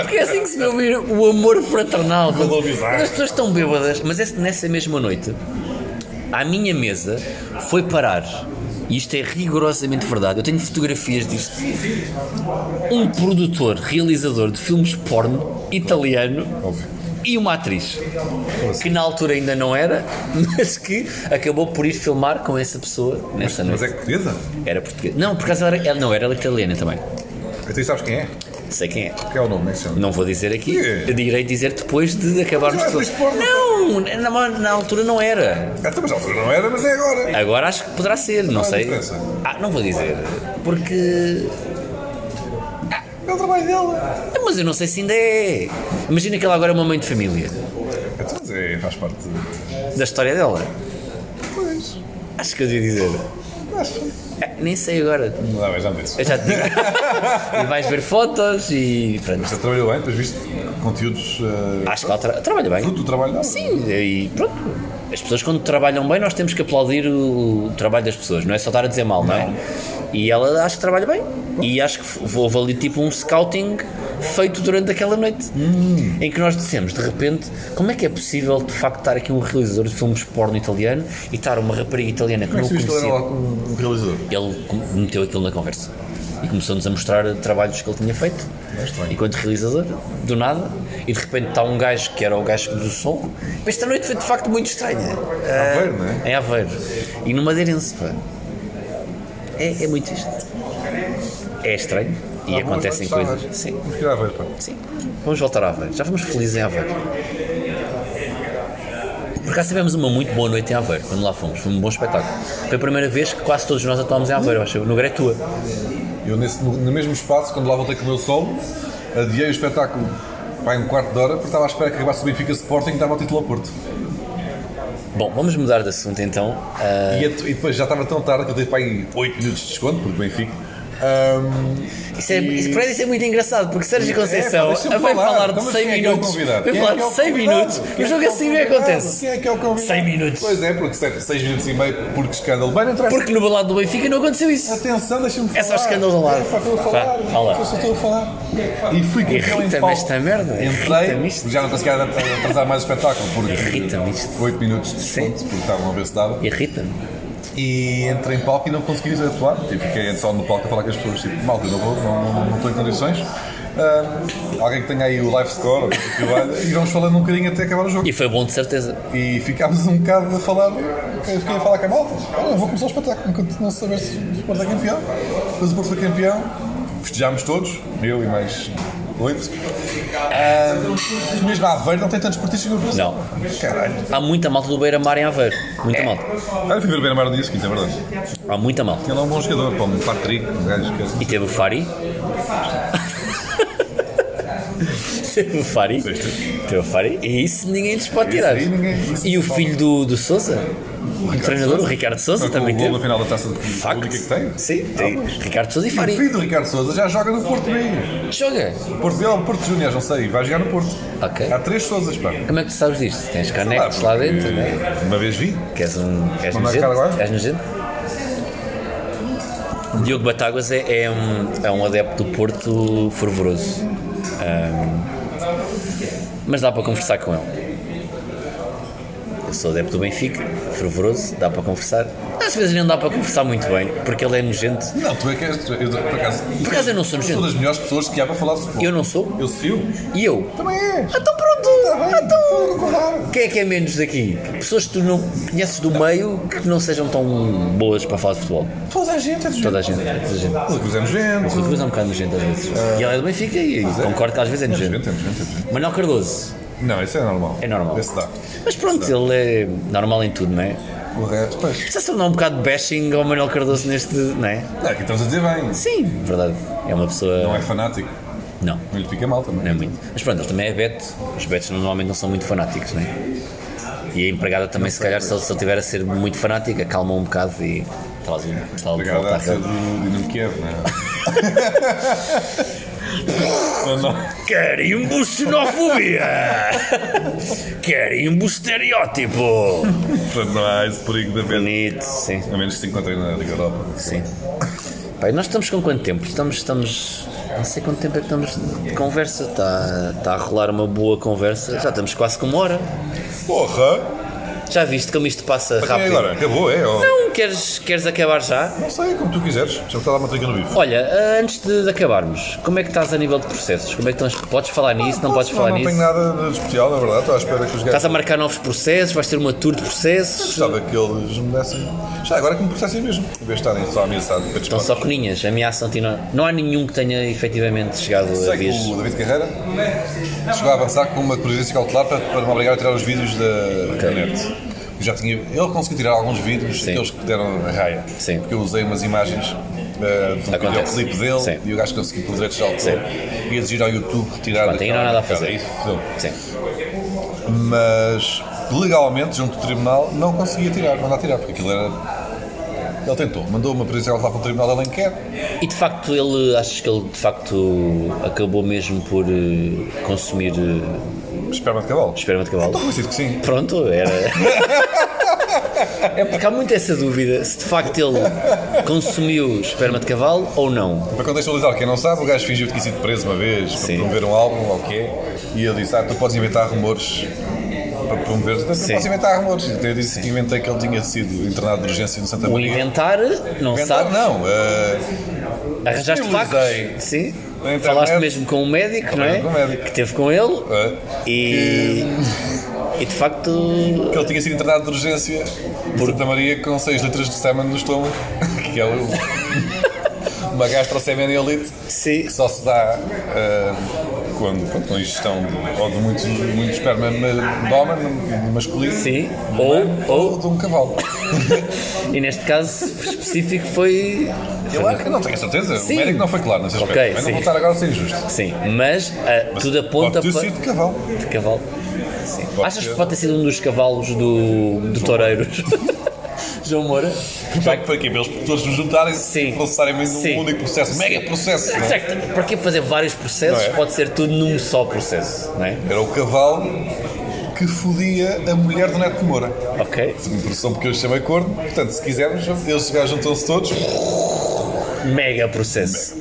S3: Porque é assim que se vê ouvir o amor fraternal. Quando,
S2: Valor bizarro.
S3: quando as pessoas estão bêbadas. Mas esse- nessa mesma noite, à minha mesa, foi parar. E isto é rigorosamente verdade. Eu tenho fotografias disto. Um produtor, realizador de filmes porno italiano
S2: Óbvio.
S3: e uma atriz que na altura ainda não era, mas que acabou por ir filmar com essa pessoa nessa
S2: Mas
S3: noite.
S2: é que portuguesa?
S3: Era português. Não, por acaso ela era, ela não, era ela italiana também.
S2: Então e sabes quem é?
S3: Sei quem é.
S2: Que é o nome, não é que se chama?
S3: Não vou dizer aqui,
S2: Porquê?
S3: Eu irei dizer depois de acabarmos
S2: Mas
S3: tudo.
S2: não é porno.
S3: Não, na, na altura não era.
S2: Ah, então, mas na altura não era, mas é agora.
S3: Agora acho que poderá ser, não
S2: Qual é a
S3: sei.
S2: diferença?
S3: Ah, não vou dizer. Porque.
S2: É o trabalho dela.
S3: Ah, Mas eu não sei se ainda é. Imagina que ela agora é uma mãe de família.
S2: Então, mas é, faz parte. de-
S3: Da história dela.
S2: Pois.
S3: Acho que eu devia dizer.
S2: Acho.
S3: É, Nem sei agora.
S2: Não dá mais nada disso.
S3: Eu já te digo. e vais ver fotos e pronto.
S2: Você trabalhou bem, depois viste conteúdos. eh,
S3: Acho que ela tra- trabalha bem.
S2: Fruto do trabalho dela.
S3: Sim, e pronto. As pessoas quando trabalham bem, nós temos que aplaudir o, o trabalho das pessoas, não é só estar a dizer mal, não, é? E ela acho que trabalha bem. E acho que f- houve ali tipo um scouting feito durante aquela noite.
S2: Hum.
S3: Em que nós dissemos, de repente, como é que é possível de facto estar aqui um realizador de filmes porno italiano e estar uma rapariga italiana que
S2: Como é
S3: não
S2: que tu viste que ele
S3: conhecia?
S2: era um realizador?
S3: Ele com- meteu aquilo na conversa e começou-nos a mostrar trabalhos que ele tinha feito enquanto realizador, do nada, e de repente está um gajo que era o gajo do som. Mas esta noite foi de facto muito estranha. Ah,
S2: Aveiro, não é?
S3: Em Aveiro. E no Madeirense, pá. É, é muito isto. É estranho
S2: Ah,
S3: e acontecem coisas. Sim,
S2: Vamos tirar a ver, pá.
S3: sim. Vamos voltar a Aveiro. Já fomos felizes em Aveiro. Por acaso tivemos uma muito boa noite em Aveiro, quando lá fomos. Foi um bom espetáculo. Foi a primeira vez que quase todos nós atuámos em Aveiro, acho eu, no Gretua.
S2: Eu, nesse, no, no mesmo espaço, quando lá voltei com o meu solo, adiei o espetáculo para um quarto de hora, porque estava à espera que acabasse o Benfica Sporting e dava o título ao Porto.
S3: Bom, vamos mudar de assunto então. Ah,
S2: E, at- e depois já estava tão tarde que eu dei para aí 8 minutos de desconto, porque Benfica. Ahm,
S3: isso é, isso, por isso é muito engraçado, porque Sérgio
S2: É, pá,
S3: Conceição
S2: deixa-me
S3: vai
S2: falar.
S3: falar de
S2: Então, mas
S3: 100
S2: quem é que é o
S3: minutos. Vai
S2: convidado? Quem é
S3: falar
S2: que é o
S3: de 100
S2: convidado?
S3: minutos
S2: Quem
S3: e
S2: é
S3: o jogo
S2: que é o
S3: assim nem
S2: convidado?
S3: acontece.
S2: Quem é que é o convidado?
S3: 100 minutos.
S2: Pois é, porque 6 minutos e meio, porque escândalo. Bem, não interessa.
S3: Porque no balado do Benfica não aconteceu isso.
S2: Atenção, deixa-me falar.
S3: É só escândalo ao lado.
S2: É, pá, estou a falar.
S3: Vá, fala.
S2: Eu só estou a falar. E fui campeão em
S3: Irrita-me
S2: palco.
S3: esta merda. Irrita-me
S2: Entrei,
S3: isto.
S2: já não consegui atrasar mais o espetáculo,
S3: Irrita-me
S2: porque
S3: isto.
S2: 8 minutos de desconto, porque estavam a ver se dava.
S3: Irrita-me.
S2: E entrei em palco e não consegui atuar. Tipo, fiquei só no palco a falar com as pessoas. Tipo, malta, eu não vou, não, não, não estou em condições. Ah, alguém que tenha aí o live score ou coisa que valha, e vamos falando um bocadinho até acabar o jogo.
S3: E foi bom de certeza.
S2: E ficámos um bocado a falar, eu fiquei a falar com a malta. Olha, vou começar o espetáculo enquanto não se saber se o Porto é campeão. Depois o Porto foi campeão, festejámos todos, eu e mais oito. Ah, mesmo a Aveiro não tem tantos partidos que eu penso.
S3: Não.
S2: Caralho.
S3: Há muita malta do Beira Mar em Aveiro. Muita
S2: É.
S3: malta.
S2: Olha, fui ver o Beira-Mar no dia seguinte, é verdade.
S3: Há muita malta.
S2: Ele é um bom jogador, pá, um Patrick, um gajo que é
S3: E teve o Fari. teve o Fari. Teve o Fari. E isso ninguém lhes pode tirar.
S2: aí ninguém- isso
S3: E o
S2: não.
S3: filho do, do Souza? O treinador, o Ricardo Souza,
S2: Só com
S3: também
S2: o gol
S3: teve.
S2: na final da taça de
S3: Facto.
S2: única que tem.
S3: Sim, tem. Ricardo Souza e
S2: O
S3: Fari.
S2: filho do Ricardo Souza já joga no Porto B.
S3: Joga.
S2: Porto B ou Porto Júnior, não sei, vai jogar no Porto.
S3: Ok.
S2: Há três Souzas, pá. Sei
S3: Como é que tu sabes disto? Tens
S2: lá,
S3: canecos lá
S2: porque
S3: dentro, né?
S2: Uma vez vi.
S3: Que és um. És
S2: Vamos marcar
S3: nojento?
S2: agora?
S3: És nojento? Diogo Batáguas é, é um, é um adepto do Porto fervoroso. Ahm, mas dá para conversar com ele. Eu sou adepto do Benfica, fervoroso, dá para conversar. Às vezes não dá para conversar muito bem, porque ele é nojento.
S2: Não, tu é que és. tu- Eu, por acaso.
S3: Por acaso eu não sou
S2: eu
S3: nojento.
S2: sou das melhores pessoas que há para falar de futebol.
S3: Eu não sou?
S2: Eu Ah, sou eu.
S3: E eu?
S2: Também é. tá és.
S3: Então
S2: Está
S3: pronto!
S2: bem, estou a concordar.
S3: Quem é que é menos daqui? Pessoas que tu não conheces do meio que não sejam tão boas para falar de futebol.
S2: Toda a gente é dos
S3: Toda a gente. Toda a gente.
S2: Toda cruzamos gente.
S3: O Rui Cruz é um bocado nojento às vezes. E ele é do Benfica e concordo que às vezes é
S2: Gente,
S3: nojento.
S2: é gente, é gente.
S3: Manuel Cardoso.
S2: Não, isso é normal.
S3: É normal.
S2: Esse tá. dá.
S3: Mas pronto, ele é normal em tudo, não é?
S2: O resto, pois.
S3: Está a sonar um bocado de bashing ao Manuel Cardoso neste, não é?
S2: Não, aqui estamos a dizer bem.
S3: Sim. Verdade. É uma
S2: Não
S3: pessoa.
S2: é fanático.
S3: Não.
S2: Não lhe fica mal também.
S3: Não é muito. Mas pronto, ele também é Beto. Os Betos normalmente não são muito fanáticos, não é? E a empregada também, se calhar, se ele se ele estiver a ser muito fanática, calma um bocado e traz tal de
S2: Obrigado,
S3: um volta à
S2: deve ser
S3: realidade.
S2: do Dinamo Kiev, não é? Não, não.
S3: Carimbo um xenofobia! Carimbo estereótipo!
S2: Portanto, não há esse perigo de haver.
S3: Bonito, sim.
S2: A menos que se encontrem na Liga Europa.
S3: Sim. Pai, nós estamos com quanto tempo? Estamos, estamos. Não sei quanto tempo é que estamos de conversa. Está tá a rolar uma boa conversa. Já estamos quase com uma hora.
S2: Porra!
S3: Já viste como isto passa
S2: Para quem é
S3: rápido?
S2: agora? Acabou, é? Ou-
S3: Não queres, queres acabar já?
S2: Não sei, como tu quiseres. Já está lá uma triga no bife.
S3: Olha, ah, antes de, de acabarmos, como é que estás a nível de processos? Como é que estás? Podes falar nisso? Não, podes falar
S2: não,
S3: nisso?
S2: tenho nada de especial, na verdade. Estou à espera que os
S3: Estás
S2: gajos.
S3: a marcar novos processos? Vais ter uma tour de processos?
S2: Gostava que eles me dessem. Já agora é que me processem mesmo. Em vez de estarem só ameaçados para
S3: Estão
S2: disparar.
S3: só coninhas, ameaçam-te e não... Não há nenhum que tenha efetivamente chegado a
S2: Sei
S3: dias.
S2: que o David Carreira chegou a avançar com uma presidência cautelar para, para me obrigar a tirar os vídeos da, da net. Eu Já tinha, ele conseguiu tirar alguns vídeos,
S3: Sim.
S2: aqueles que deram a raia.
S3: Sim.
S2: Porque eu usei umas imagens eh, de um
S3: Acontece.
S2: videoclipe dele
S3: Sim.
S2: e o gajo conseguiu por direitos de autor e exigir ao YouTube retirar Então,
S3: Pronto, aí não há nada a fazer.
S2: Isso, fudeu.
S3: Sim.
S2: Mas legalmente, junto do tribunal, não conseguia tirar, não dá a tirar, porque aquilo era Ele tentou, mandou uma presença levar para o Tribunal de Alenquer.
S3: E de facto ele, achas que ele de facto acabou mesmo por eh, consumir eh,
S2: Esperma de cavalo.
S3: esperma de cavalo?
S2: Estou convencido que sim.
S3: Pronto, era. É porque há muito essa dúvida se de facto ele consumiu esperma de cavalo ou não.
S2: Para contextualizar, quem não sabe, o gajo fingiu ter sido preso uma vez para
S3: Sim.
S2: promover um álbum ou o quê, e ele disse: Ah, tu podes inventar rumores para promover. Tu
S3: Sim.
S2: podes inventar rumores. Então eu disse: Inventei que ele tinha sido internado de urgência no Santa
S3: O
S2: Maria.
S3: inventar, não
S2: Inventar,
S3: sabes?
S2: não. eh,
S3: Arranjaste
S2: Disponibilizei
S3: factos? Sim.
S2: na internet.
S3: Falaste mesmo com um médico, não é?
S2: com um médico.
S3: Que teve com ele
S2: eh,
S3: e. E de facto.
S2: que ele tinha sido internado de urgência por Santa Maria com 6 litros de sêmen no estômago, que é o- uma gastrosemenelite
S3: Sim.
S2: que só se dá ah, quando, quando com ingestão de- ou de muito, muito esperma ma- de homem, masculino,
S3: Sim.
S2: humano,
S3: Ou-
S2: de um cavalo.
S3: E neste caso específico foi.
S2: Eu acho que não tenho certeza,
S3: Sim.
S2: o médico não foi claro nesse aspecto,
S3: Ok,
S2: mas
S3: sim.
S2: não vou estar agora a ser injusto.
S3: Sim, mas ah, tudo aponta
S2: Pode ter
S3: para.
S2: sido de cavalo.
S3: De cavalo. Sim.
S2: Pode
S3: Achas que
S2: ser.
S3: pode ter sido um dos cavalos do, do Toureiros? João Moura?
S2: Já que foi aqui, para eles todos nos juntarem,
S3: Sim.
S2: processarem mesmo
S3: Sim.
S2: um único processo, mega processo. não é?
S3: Certo, para que fazer vários processos?
S2: Não é?
S3: Pode ser tudo num só processo, não é?
S2: Era o cavalo que fodia a mulher do Neto de Moura.
S3: Ok.
S2: Impressão porque eu chamei corno, portanto, se quisermos, eles já juntam-se todos.
S3: Mega processo.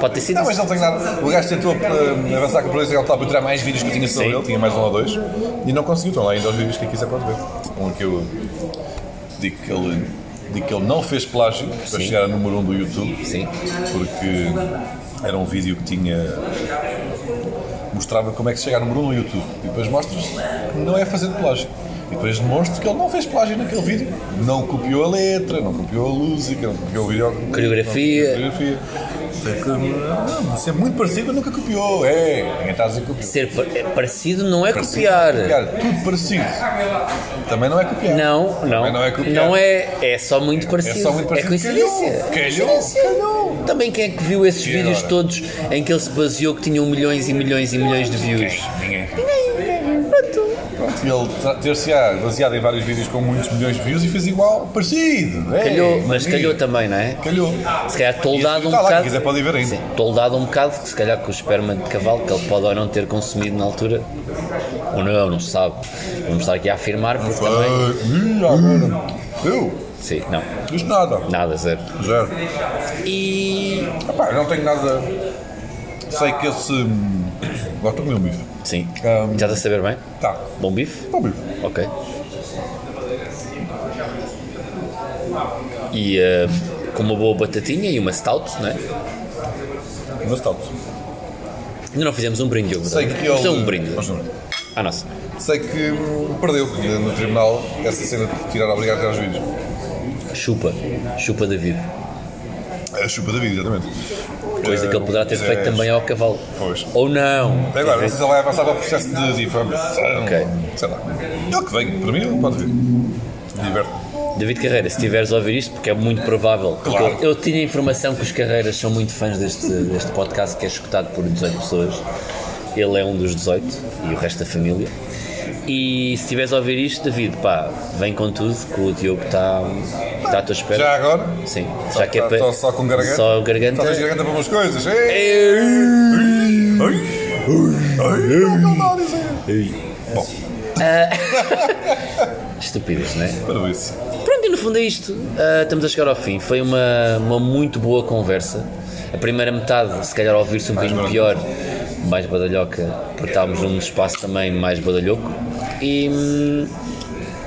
S3: Pode ter sido.
S2: Não, mas não tenho nada. O gajo tentou eh, avançar com a polícia legal para tirar mais vídeos que eu tinha sobre
S3: Sim.
S2: ele, tinha mais um ou dois, e não conseguiu. Estão lá ainda os vídeos que quiser pode ver. Um que eu digo que ele, digo que ele não fez plágio para chegar ao número um do YouTube,
S3: Sim.
S2: porque era um vídeo que tinha. mostrava como é que se chega ao número um no YouTube. E depois mostras que não é fazendo plágio. E depois demonstro que ele não fez plágio naquele vídeo. Não copiou a letra, não copiou a música, não copiou o vídeo.
S3: Coreografia.
S2: Coreografia. Foi como, "Ah, mas Isso é muito parecido, mas nunca copiou. É, ninguém está a dizer que copiou.
S3: Ser pa- é parecido não é
S2: Parecido,
S3: copiar.
S2: copiar. Tudo parecido. Também não é copiar.
S3: Não, não.
S2: Também não é copiar.
S3: Não é, é só muito
S2: É
S3: parecido.
S2: só muito parecido.
S3: coincidência.
S2: Calhou.
S3: Coincidência. Também quem é que viu esses
S2: E
S3: vídeos
S2: agora?
S3: todos em que ele se baseou que tinham milhões e milhões e milhões de views?
S2: Ninguém. Pronto, e ele tra- ter-se-á baseado em vários vídeos com muitos milhões de views e fez igual, parecido. É,
S3: Calhou, mas
S2: maravilha.
S3: calhou também, não é?
S2: Calhou.
S3: Se calhar toldado um
S2: Está tá lá, quem
S3: bocado.
S2: quiser pode ir ver ainda.
S3: Sim, toldado um bocado, que se calhar com o esperma de cavalo que ele pode ou não ter consumido na altura. Ou não, não se sabe. Vamos estar aqui a afirmar, porque também.
S2: Ah, ih, agora. Eu?
S3: Sim, não,
S2: Diz nada.
S3: nada, zero.
S2: Zero.
S3: E.
S2: Epá, eu não tenho nada. Sei que esse. Gosto do meu bife.
S3: Sim.
S2: Ahm.
S3: Já está a saber bem?
S2: Tá.
S3: Bom bife?
S2: Bom bife.
S3: Ok. E eh, com uma boa batatinha e uma stout, não é?
S2: Mas tal.
S3: Ainda não fizemos um brinde, Hugo.
S2: Sei
S3: não é?
S2: que
S3: Vamos fazer
S2: ele.
S3: um brinde.
S2: Mas não. é.
S3: Ah, nossa.
S2: Sei que hum, perdeu no tribunal essa cena de tirar a obrigar a tirar os vídeos.
S3: Chupa. Chupa David.
S2: É A chupa da vida, exatamente.
S3: Coisa
S2: Eh,
S3: que ele poderá ter
S2: mas é-
S3: feito também ao cavalo.
S2: Pois.
S3: Ou não.
S2: Até agora, não sei se ele vai avançar para o processo de difamação.
S3: Ok.
S2: Sei lá. Ele que vem, para mim, ele pode vir. Diverto.
S3: David Carreira, se estiveres a ouvir isto, porque é muito provável. Porque
S2: Claro.
S3: eu, eu tinha a informação que os Carreiras são muito fãs deste, deste podcast que é escutado por 18 pessoas. Ele é um dos 18 e o resto da família. E se estiveres a ouvir isto, David, pá, vem com tudo, que o Diogo está está à tua espera.
S2: Já agora?
S3: Sim, já que é
S2: Tá-
S3: para.
S2: tá Só com garganta?
S3: Só garganta. É.
S2: Talvez garganta para umas coisas. Ei!
S3: Eu-
S2: Bom,
S3: Estupidez, não é?
S2: para isso.
S3: Pronto, e no fundo é isto. Ah, estamos a chegar ao fim. Foi uma, uma muito boa conversa. A primeira metade, se calhar, ao ouvir-se um bocadinho pior, mais badalhoca, porque estávamos num espaço também mais badalhoco. E hum,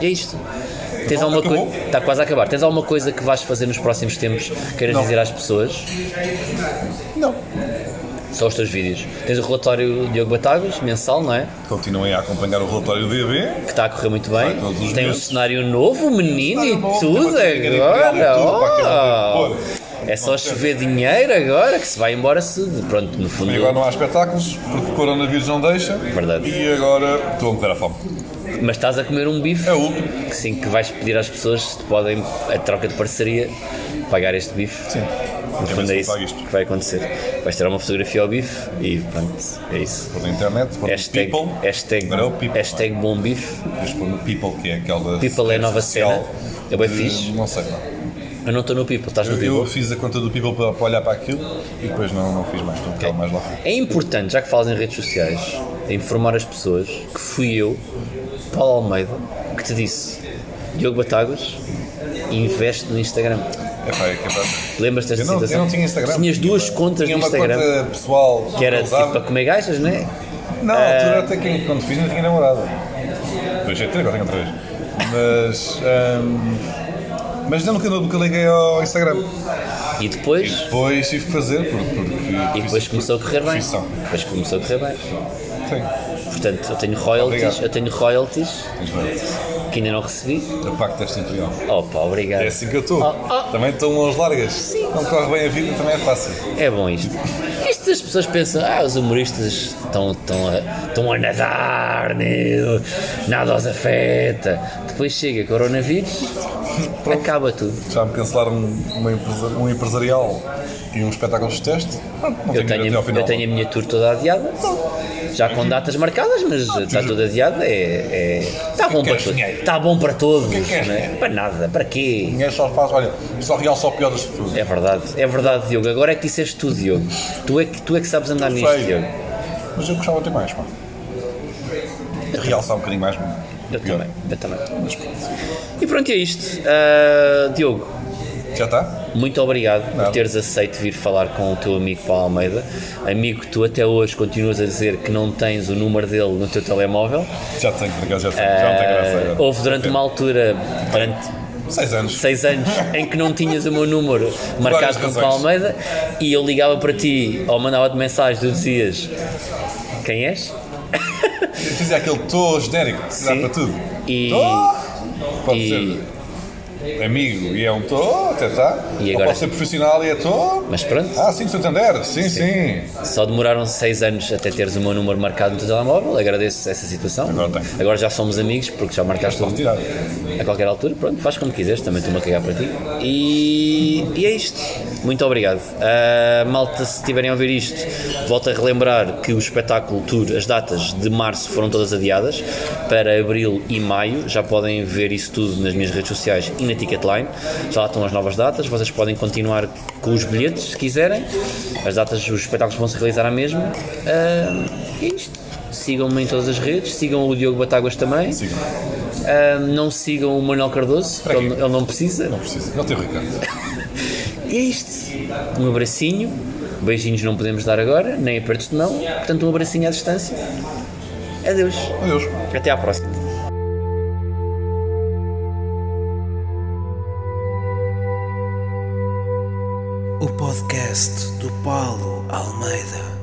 S3: é isto. Tens alguma coisa.
S2: acabou.
S3: Está quase a acabar. Tens alguma coisa que vais fazer nos próximos tempos que queiras
S2: Não.
S3: dizer às pessoas?
S2: Não.
S3: Só os teus vídeos. Tens o relatório Diogo Batagos, mensal, não é?
S2: Continuem a acompanhar o relatório do DB.
S3: Que está a correr muito bem.
S2: todos os
S3: Tem um
S2: meses.
S3: cenário novo, menino,
S2: Cenário
S3: e
S2: novo,
S3: tudo
S2: tem uma técnica
S3: agora.
S2: de tudo para aquela
S3: oh!
S2: coisa.
S3: É só chover dinheiro agora que se vai embora se. Pronto, no fundo.
S2: E agora não há espetáculos, porque o coronavírus não deixa.
S3: Verdade.
S2: E agora estou a morrer à fome.
S3: Mas estás a comer um bife.
S2: É o último.
S3: que Sim, que vais pedir às pessoas se te podem, a troca de parceria, pagar este bife. Sim. No
S2: Quem
S3: fundo é
S2: pensa
S3: isso
S2: paga isto?
S3: que vai acontecer. Vais tirar uma fotografia ao bife e pronto, é isso.
S2: Pela internet, pela
S3: Hashtag,
S2: people.
S3: hashtag,
S2: Agora é o people.
S3: hashtag bom bife.
S2: Mas pela people, que é aquela.
S3: People é a nova
S2: social
S3: cena. É bem
S2: de-
S3: fixe.
S2: Não sei, não.
S3: Eu não estou no People, estás no
S2: Eu,
S3: People.
S2: eu fiz a conta do People para, para olhar para aquilo e depois não, não fiz mais, estou um bocado mais lá. fora.
S3: É importante, já que falas em redes sociais, é informar as pessoas que fui eu, Paulo Almeida, que te disse: Diogo Batáguas, investe no Instagram.
S2: Epá, é capaz.
S3: Lembras-te desta
S2: Eu não,
S3: situação?
S2: eu não tinha Instagram.
S3: Tinhas duas contas
S2: Tinha
S3: no
S2: uma
S3: Instagram,
S2: conta pessoal
S3: que era tipo Ah.
S2: usava.
S3: para comer gajas, né?
S2: Não, na altura até que quando fiz não tinha namorada. Depois já tenho, agora tenho outra vez. Mas. ahm, mas não nunca, nunca liguei ao Instagram.
S3: E
S2: E
S3: depois.
S2: depois tive que fazer, por- porque.
S3: E depois começou a correr bem.
S2: Profissão.
S3: Depois começou a correr bem.
S2: Sim.
S3: Portanto, eu tenho royalties,
S2: Obrigado.
S3: eu tenho royalties
S2: Mas bem,
S3: que ainda não recebi.
S2: o pacto deste imperial.
S3: Opa, obrigado.
S2: É assim que eu estou.
S3: Ah, ah.
S2: Também estou mãos largas. Sim. Não corre bem a vida, também é fácil.
S3: É bom isto. Isto as pessoas pensam, ah, os humoristas estão, estão, a, estão a nadar, né? nada os afeta. Depois chega coronavírus, acaba tudo.
S2: Já me cancelaram uma empresa- um empresarial e um espetáculo de teste. Pronto, não
S3: Eu
S2: dinheiro até
S3: tenho,
S2: ao final.
S3: eu tenho a minha tour toda adiada, então, já com datas marcadas, mas
S2: Ah,
S3: está toda adiada. É, é- Está bom, para
S2: queres
S3: to-
S2: dinheiro?
S3: está bom para todos,
S2: queres
S3: né?
S2: dinheiro?
S3: para nada, para quê?
S2: Dinheiro só faz, olha, só real só pior das pessoas.
S3: É verdade, é verdade, Diogo. Agora é que disseste tu, Diogo. Tu é que, tu é que sabes andar nisto,
S2: Sei.
S3: Diogo.
S2: Mas eu gostava de ter mais, pá. Realçar um bocadinho mais.
S3: Eu
S2: pior.
S3: também, eu também. E pronto, é isto. Ah, Diogo,
S2: Já tá? está?
S3: muito obrigado por
S2: Nada.
S3: teres aceito vir falar com o teu amigo Paulo Almeida. Amigo, que tu até hoje continuas a dizer que não tens o número dele no teu telemóvel.
S2: Já tenho, por acaso já tenho. já não tem graça
S3: Ah,
S2: agora.
S3: houve durante uma altura, durante
S2: Seis anos.
S3: seis anos, em que não tinhas o meu número marcado com o Paulo
S2: razões.
S3: Almeida e eu ligava para ti ou mandava-te mensagem, tu dizias quem és?
S2: Eu fazia aquele tô genérico, que dá
S3: Sim.
S2: para tudo.
S3: E-
S2: Tô! Pode
S3: e-
S2: ser amigo e é um tô, até tá.
S3: E
S2: Ou
S3: agora-
S2: pode ser profissional e é tô.
S3: Mas pronto.
S2: Ah, sim, do Santander. Sim, sim.
S3: Só demoraram seis anos até teres o meu número marcado no teu telemóvel, agradeço essa situação.
S2: Agora tenho.
S3: Agora já somos amigos, porque já marcaste o
S2: Posso tirar.
S3: a qualquer altura, pronto, faz como quiseres, também estou-me a cagar para ti. E, e é isto. Muito obrigado. Ah, malta, se estiverem a ouvir isto, volto a relembrar que o espetáculo Tour, as datas de março foram todas adiadas para abril e maio. Já podem ver isso tudo nas minhas redes sociais e na Ticketline. Já lá estão as novas datas. Vocês podem continuar com os bilhetes se quiserem. As datas, os espetáculos vão se realizar à mesma. Ah, e é isto. Sigam-me em todas as redes, sigam o Diogo Batáguas também.
S2: Sigam.
S3: Ah, não sigam o Manuel Cardoso, que
S2: Para quê?
S3: ele, ele não precisa.
S2: Não precisa. Não tem Ricardo.
S3: E é isto. Um abracinho. Beijinhos não podemos dar agora, nem apertos de mão. Portanto, um abracinho à distância. Adeus.
S2: Adeus.
S3: Até à próxima.
S1: O podcast do Paulo Almeida.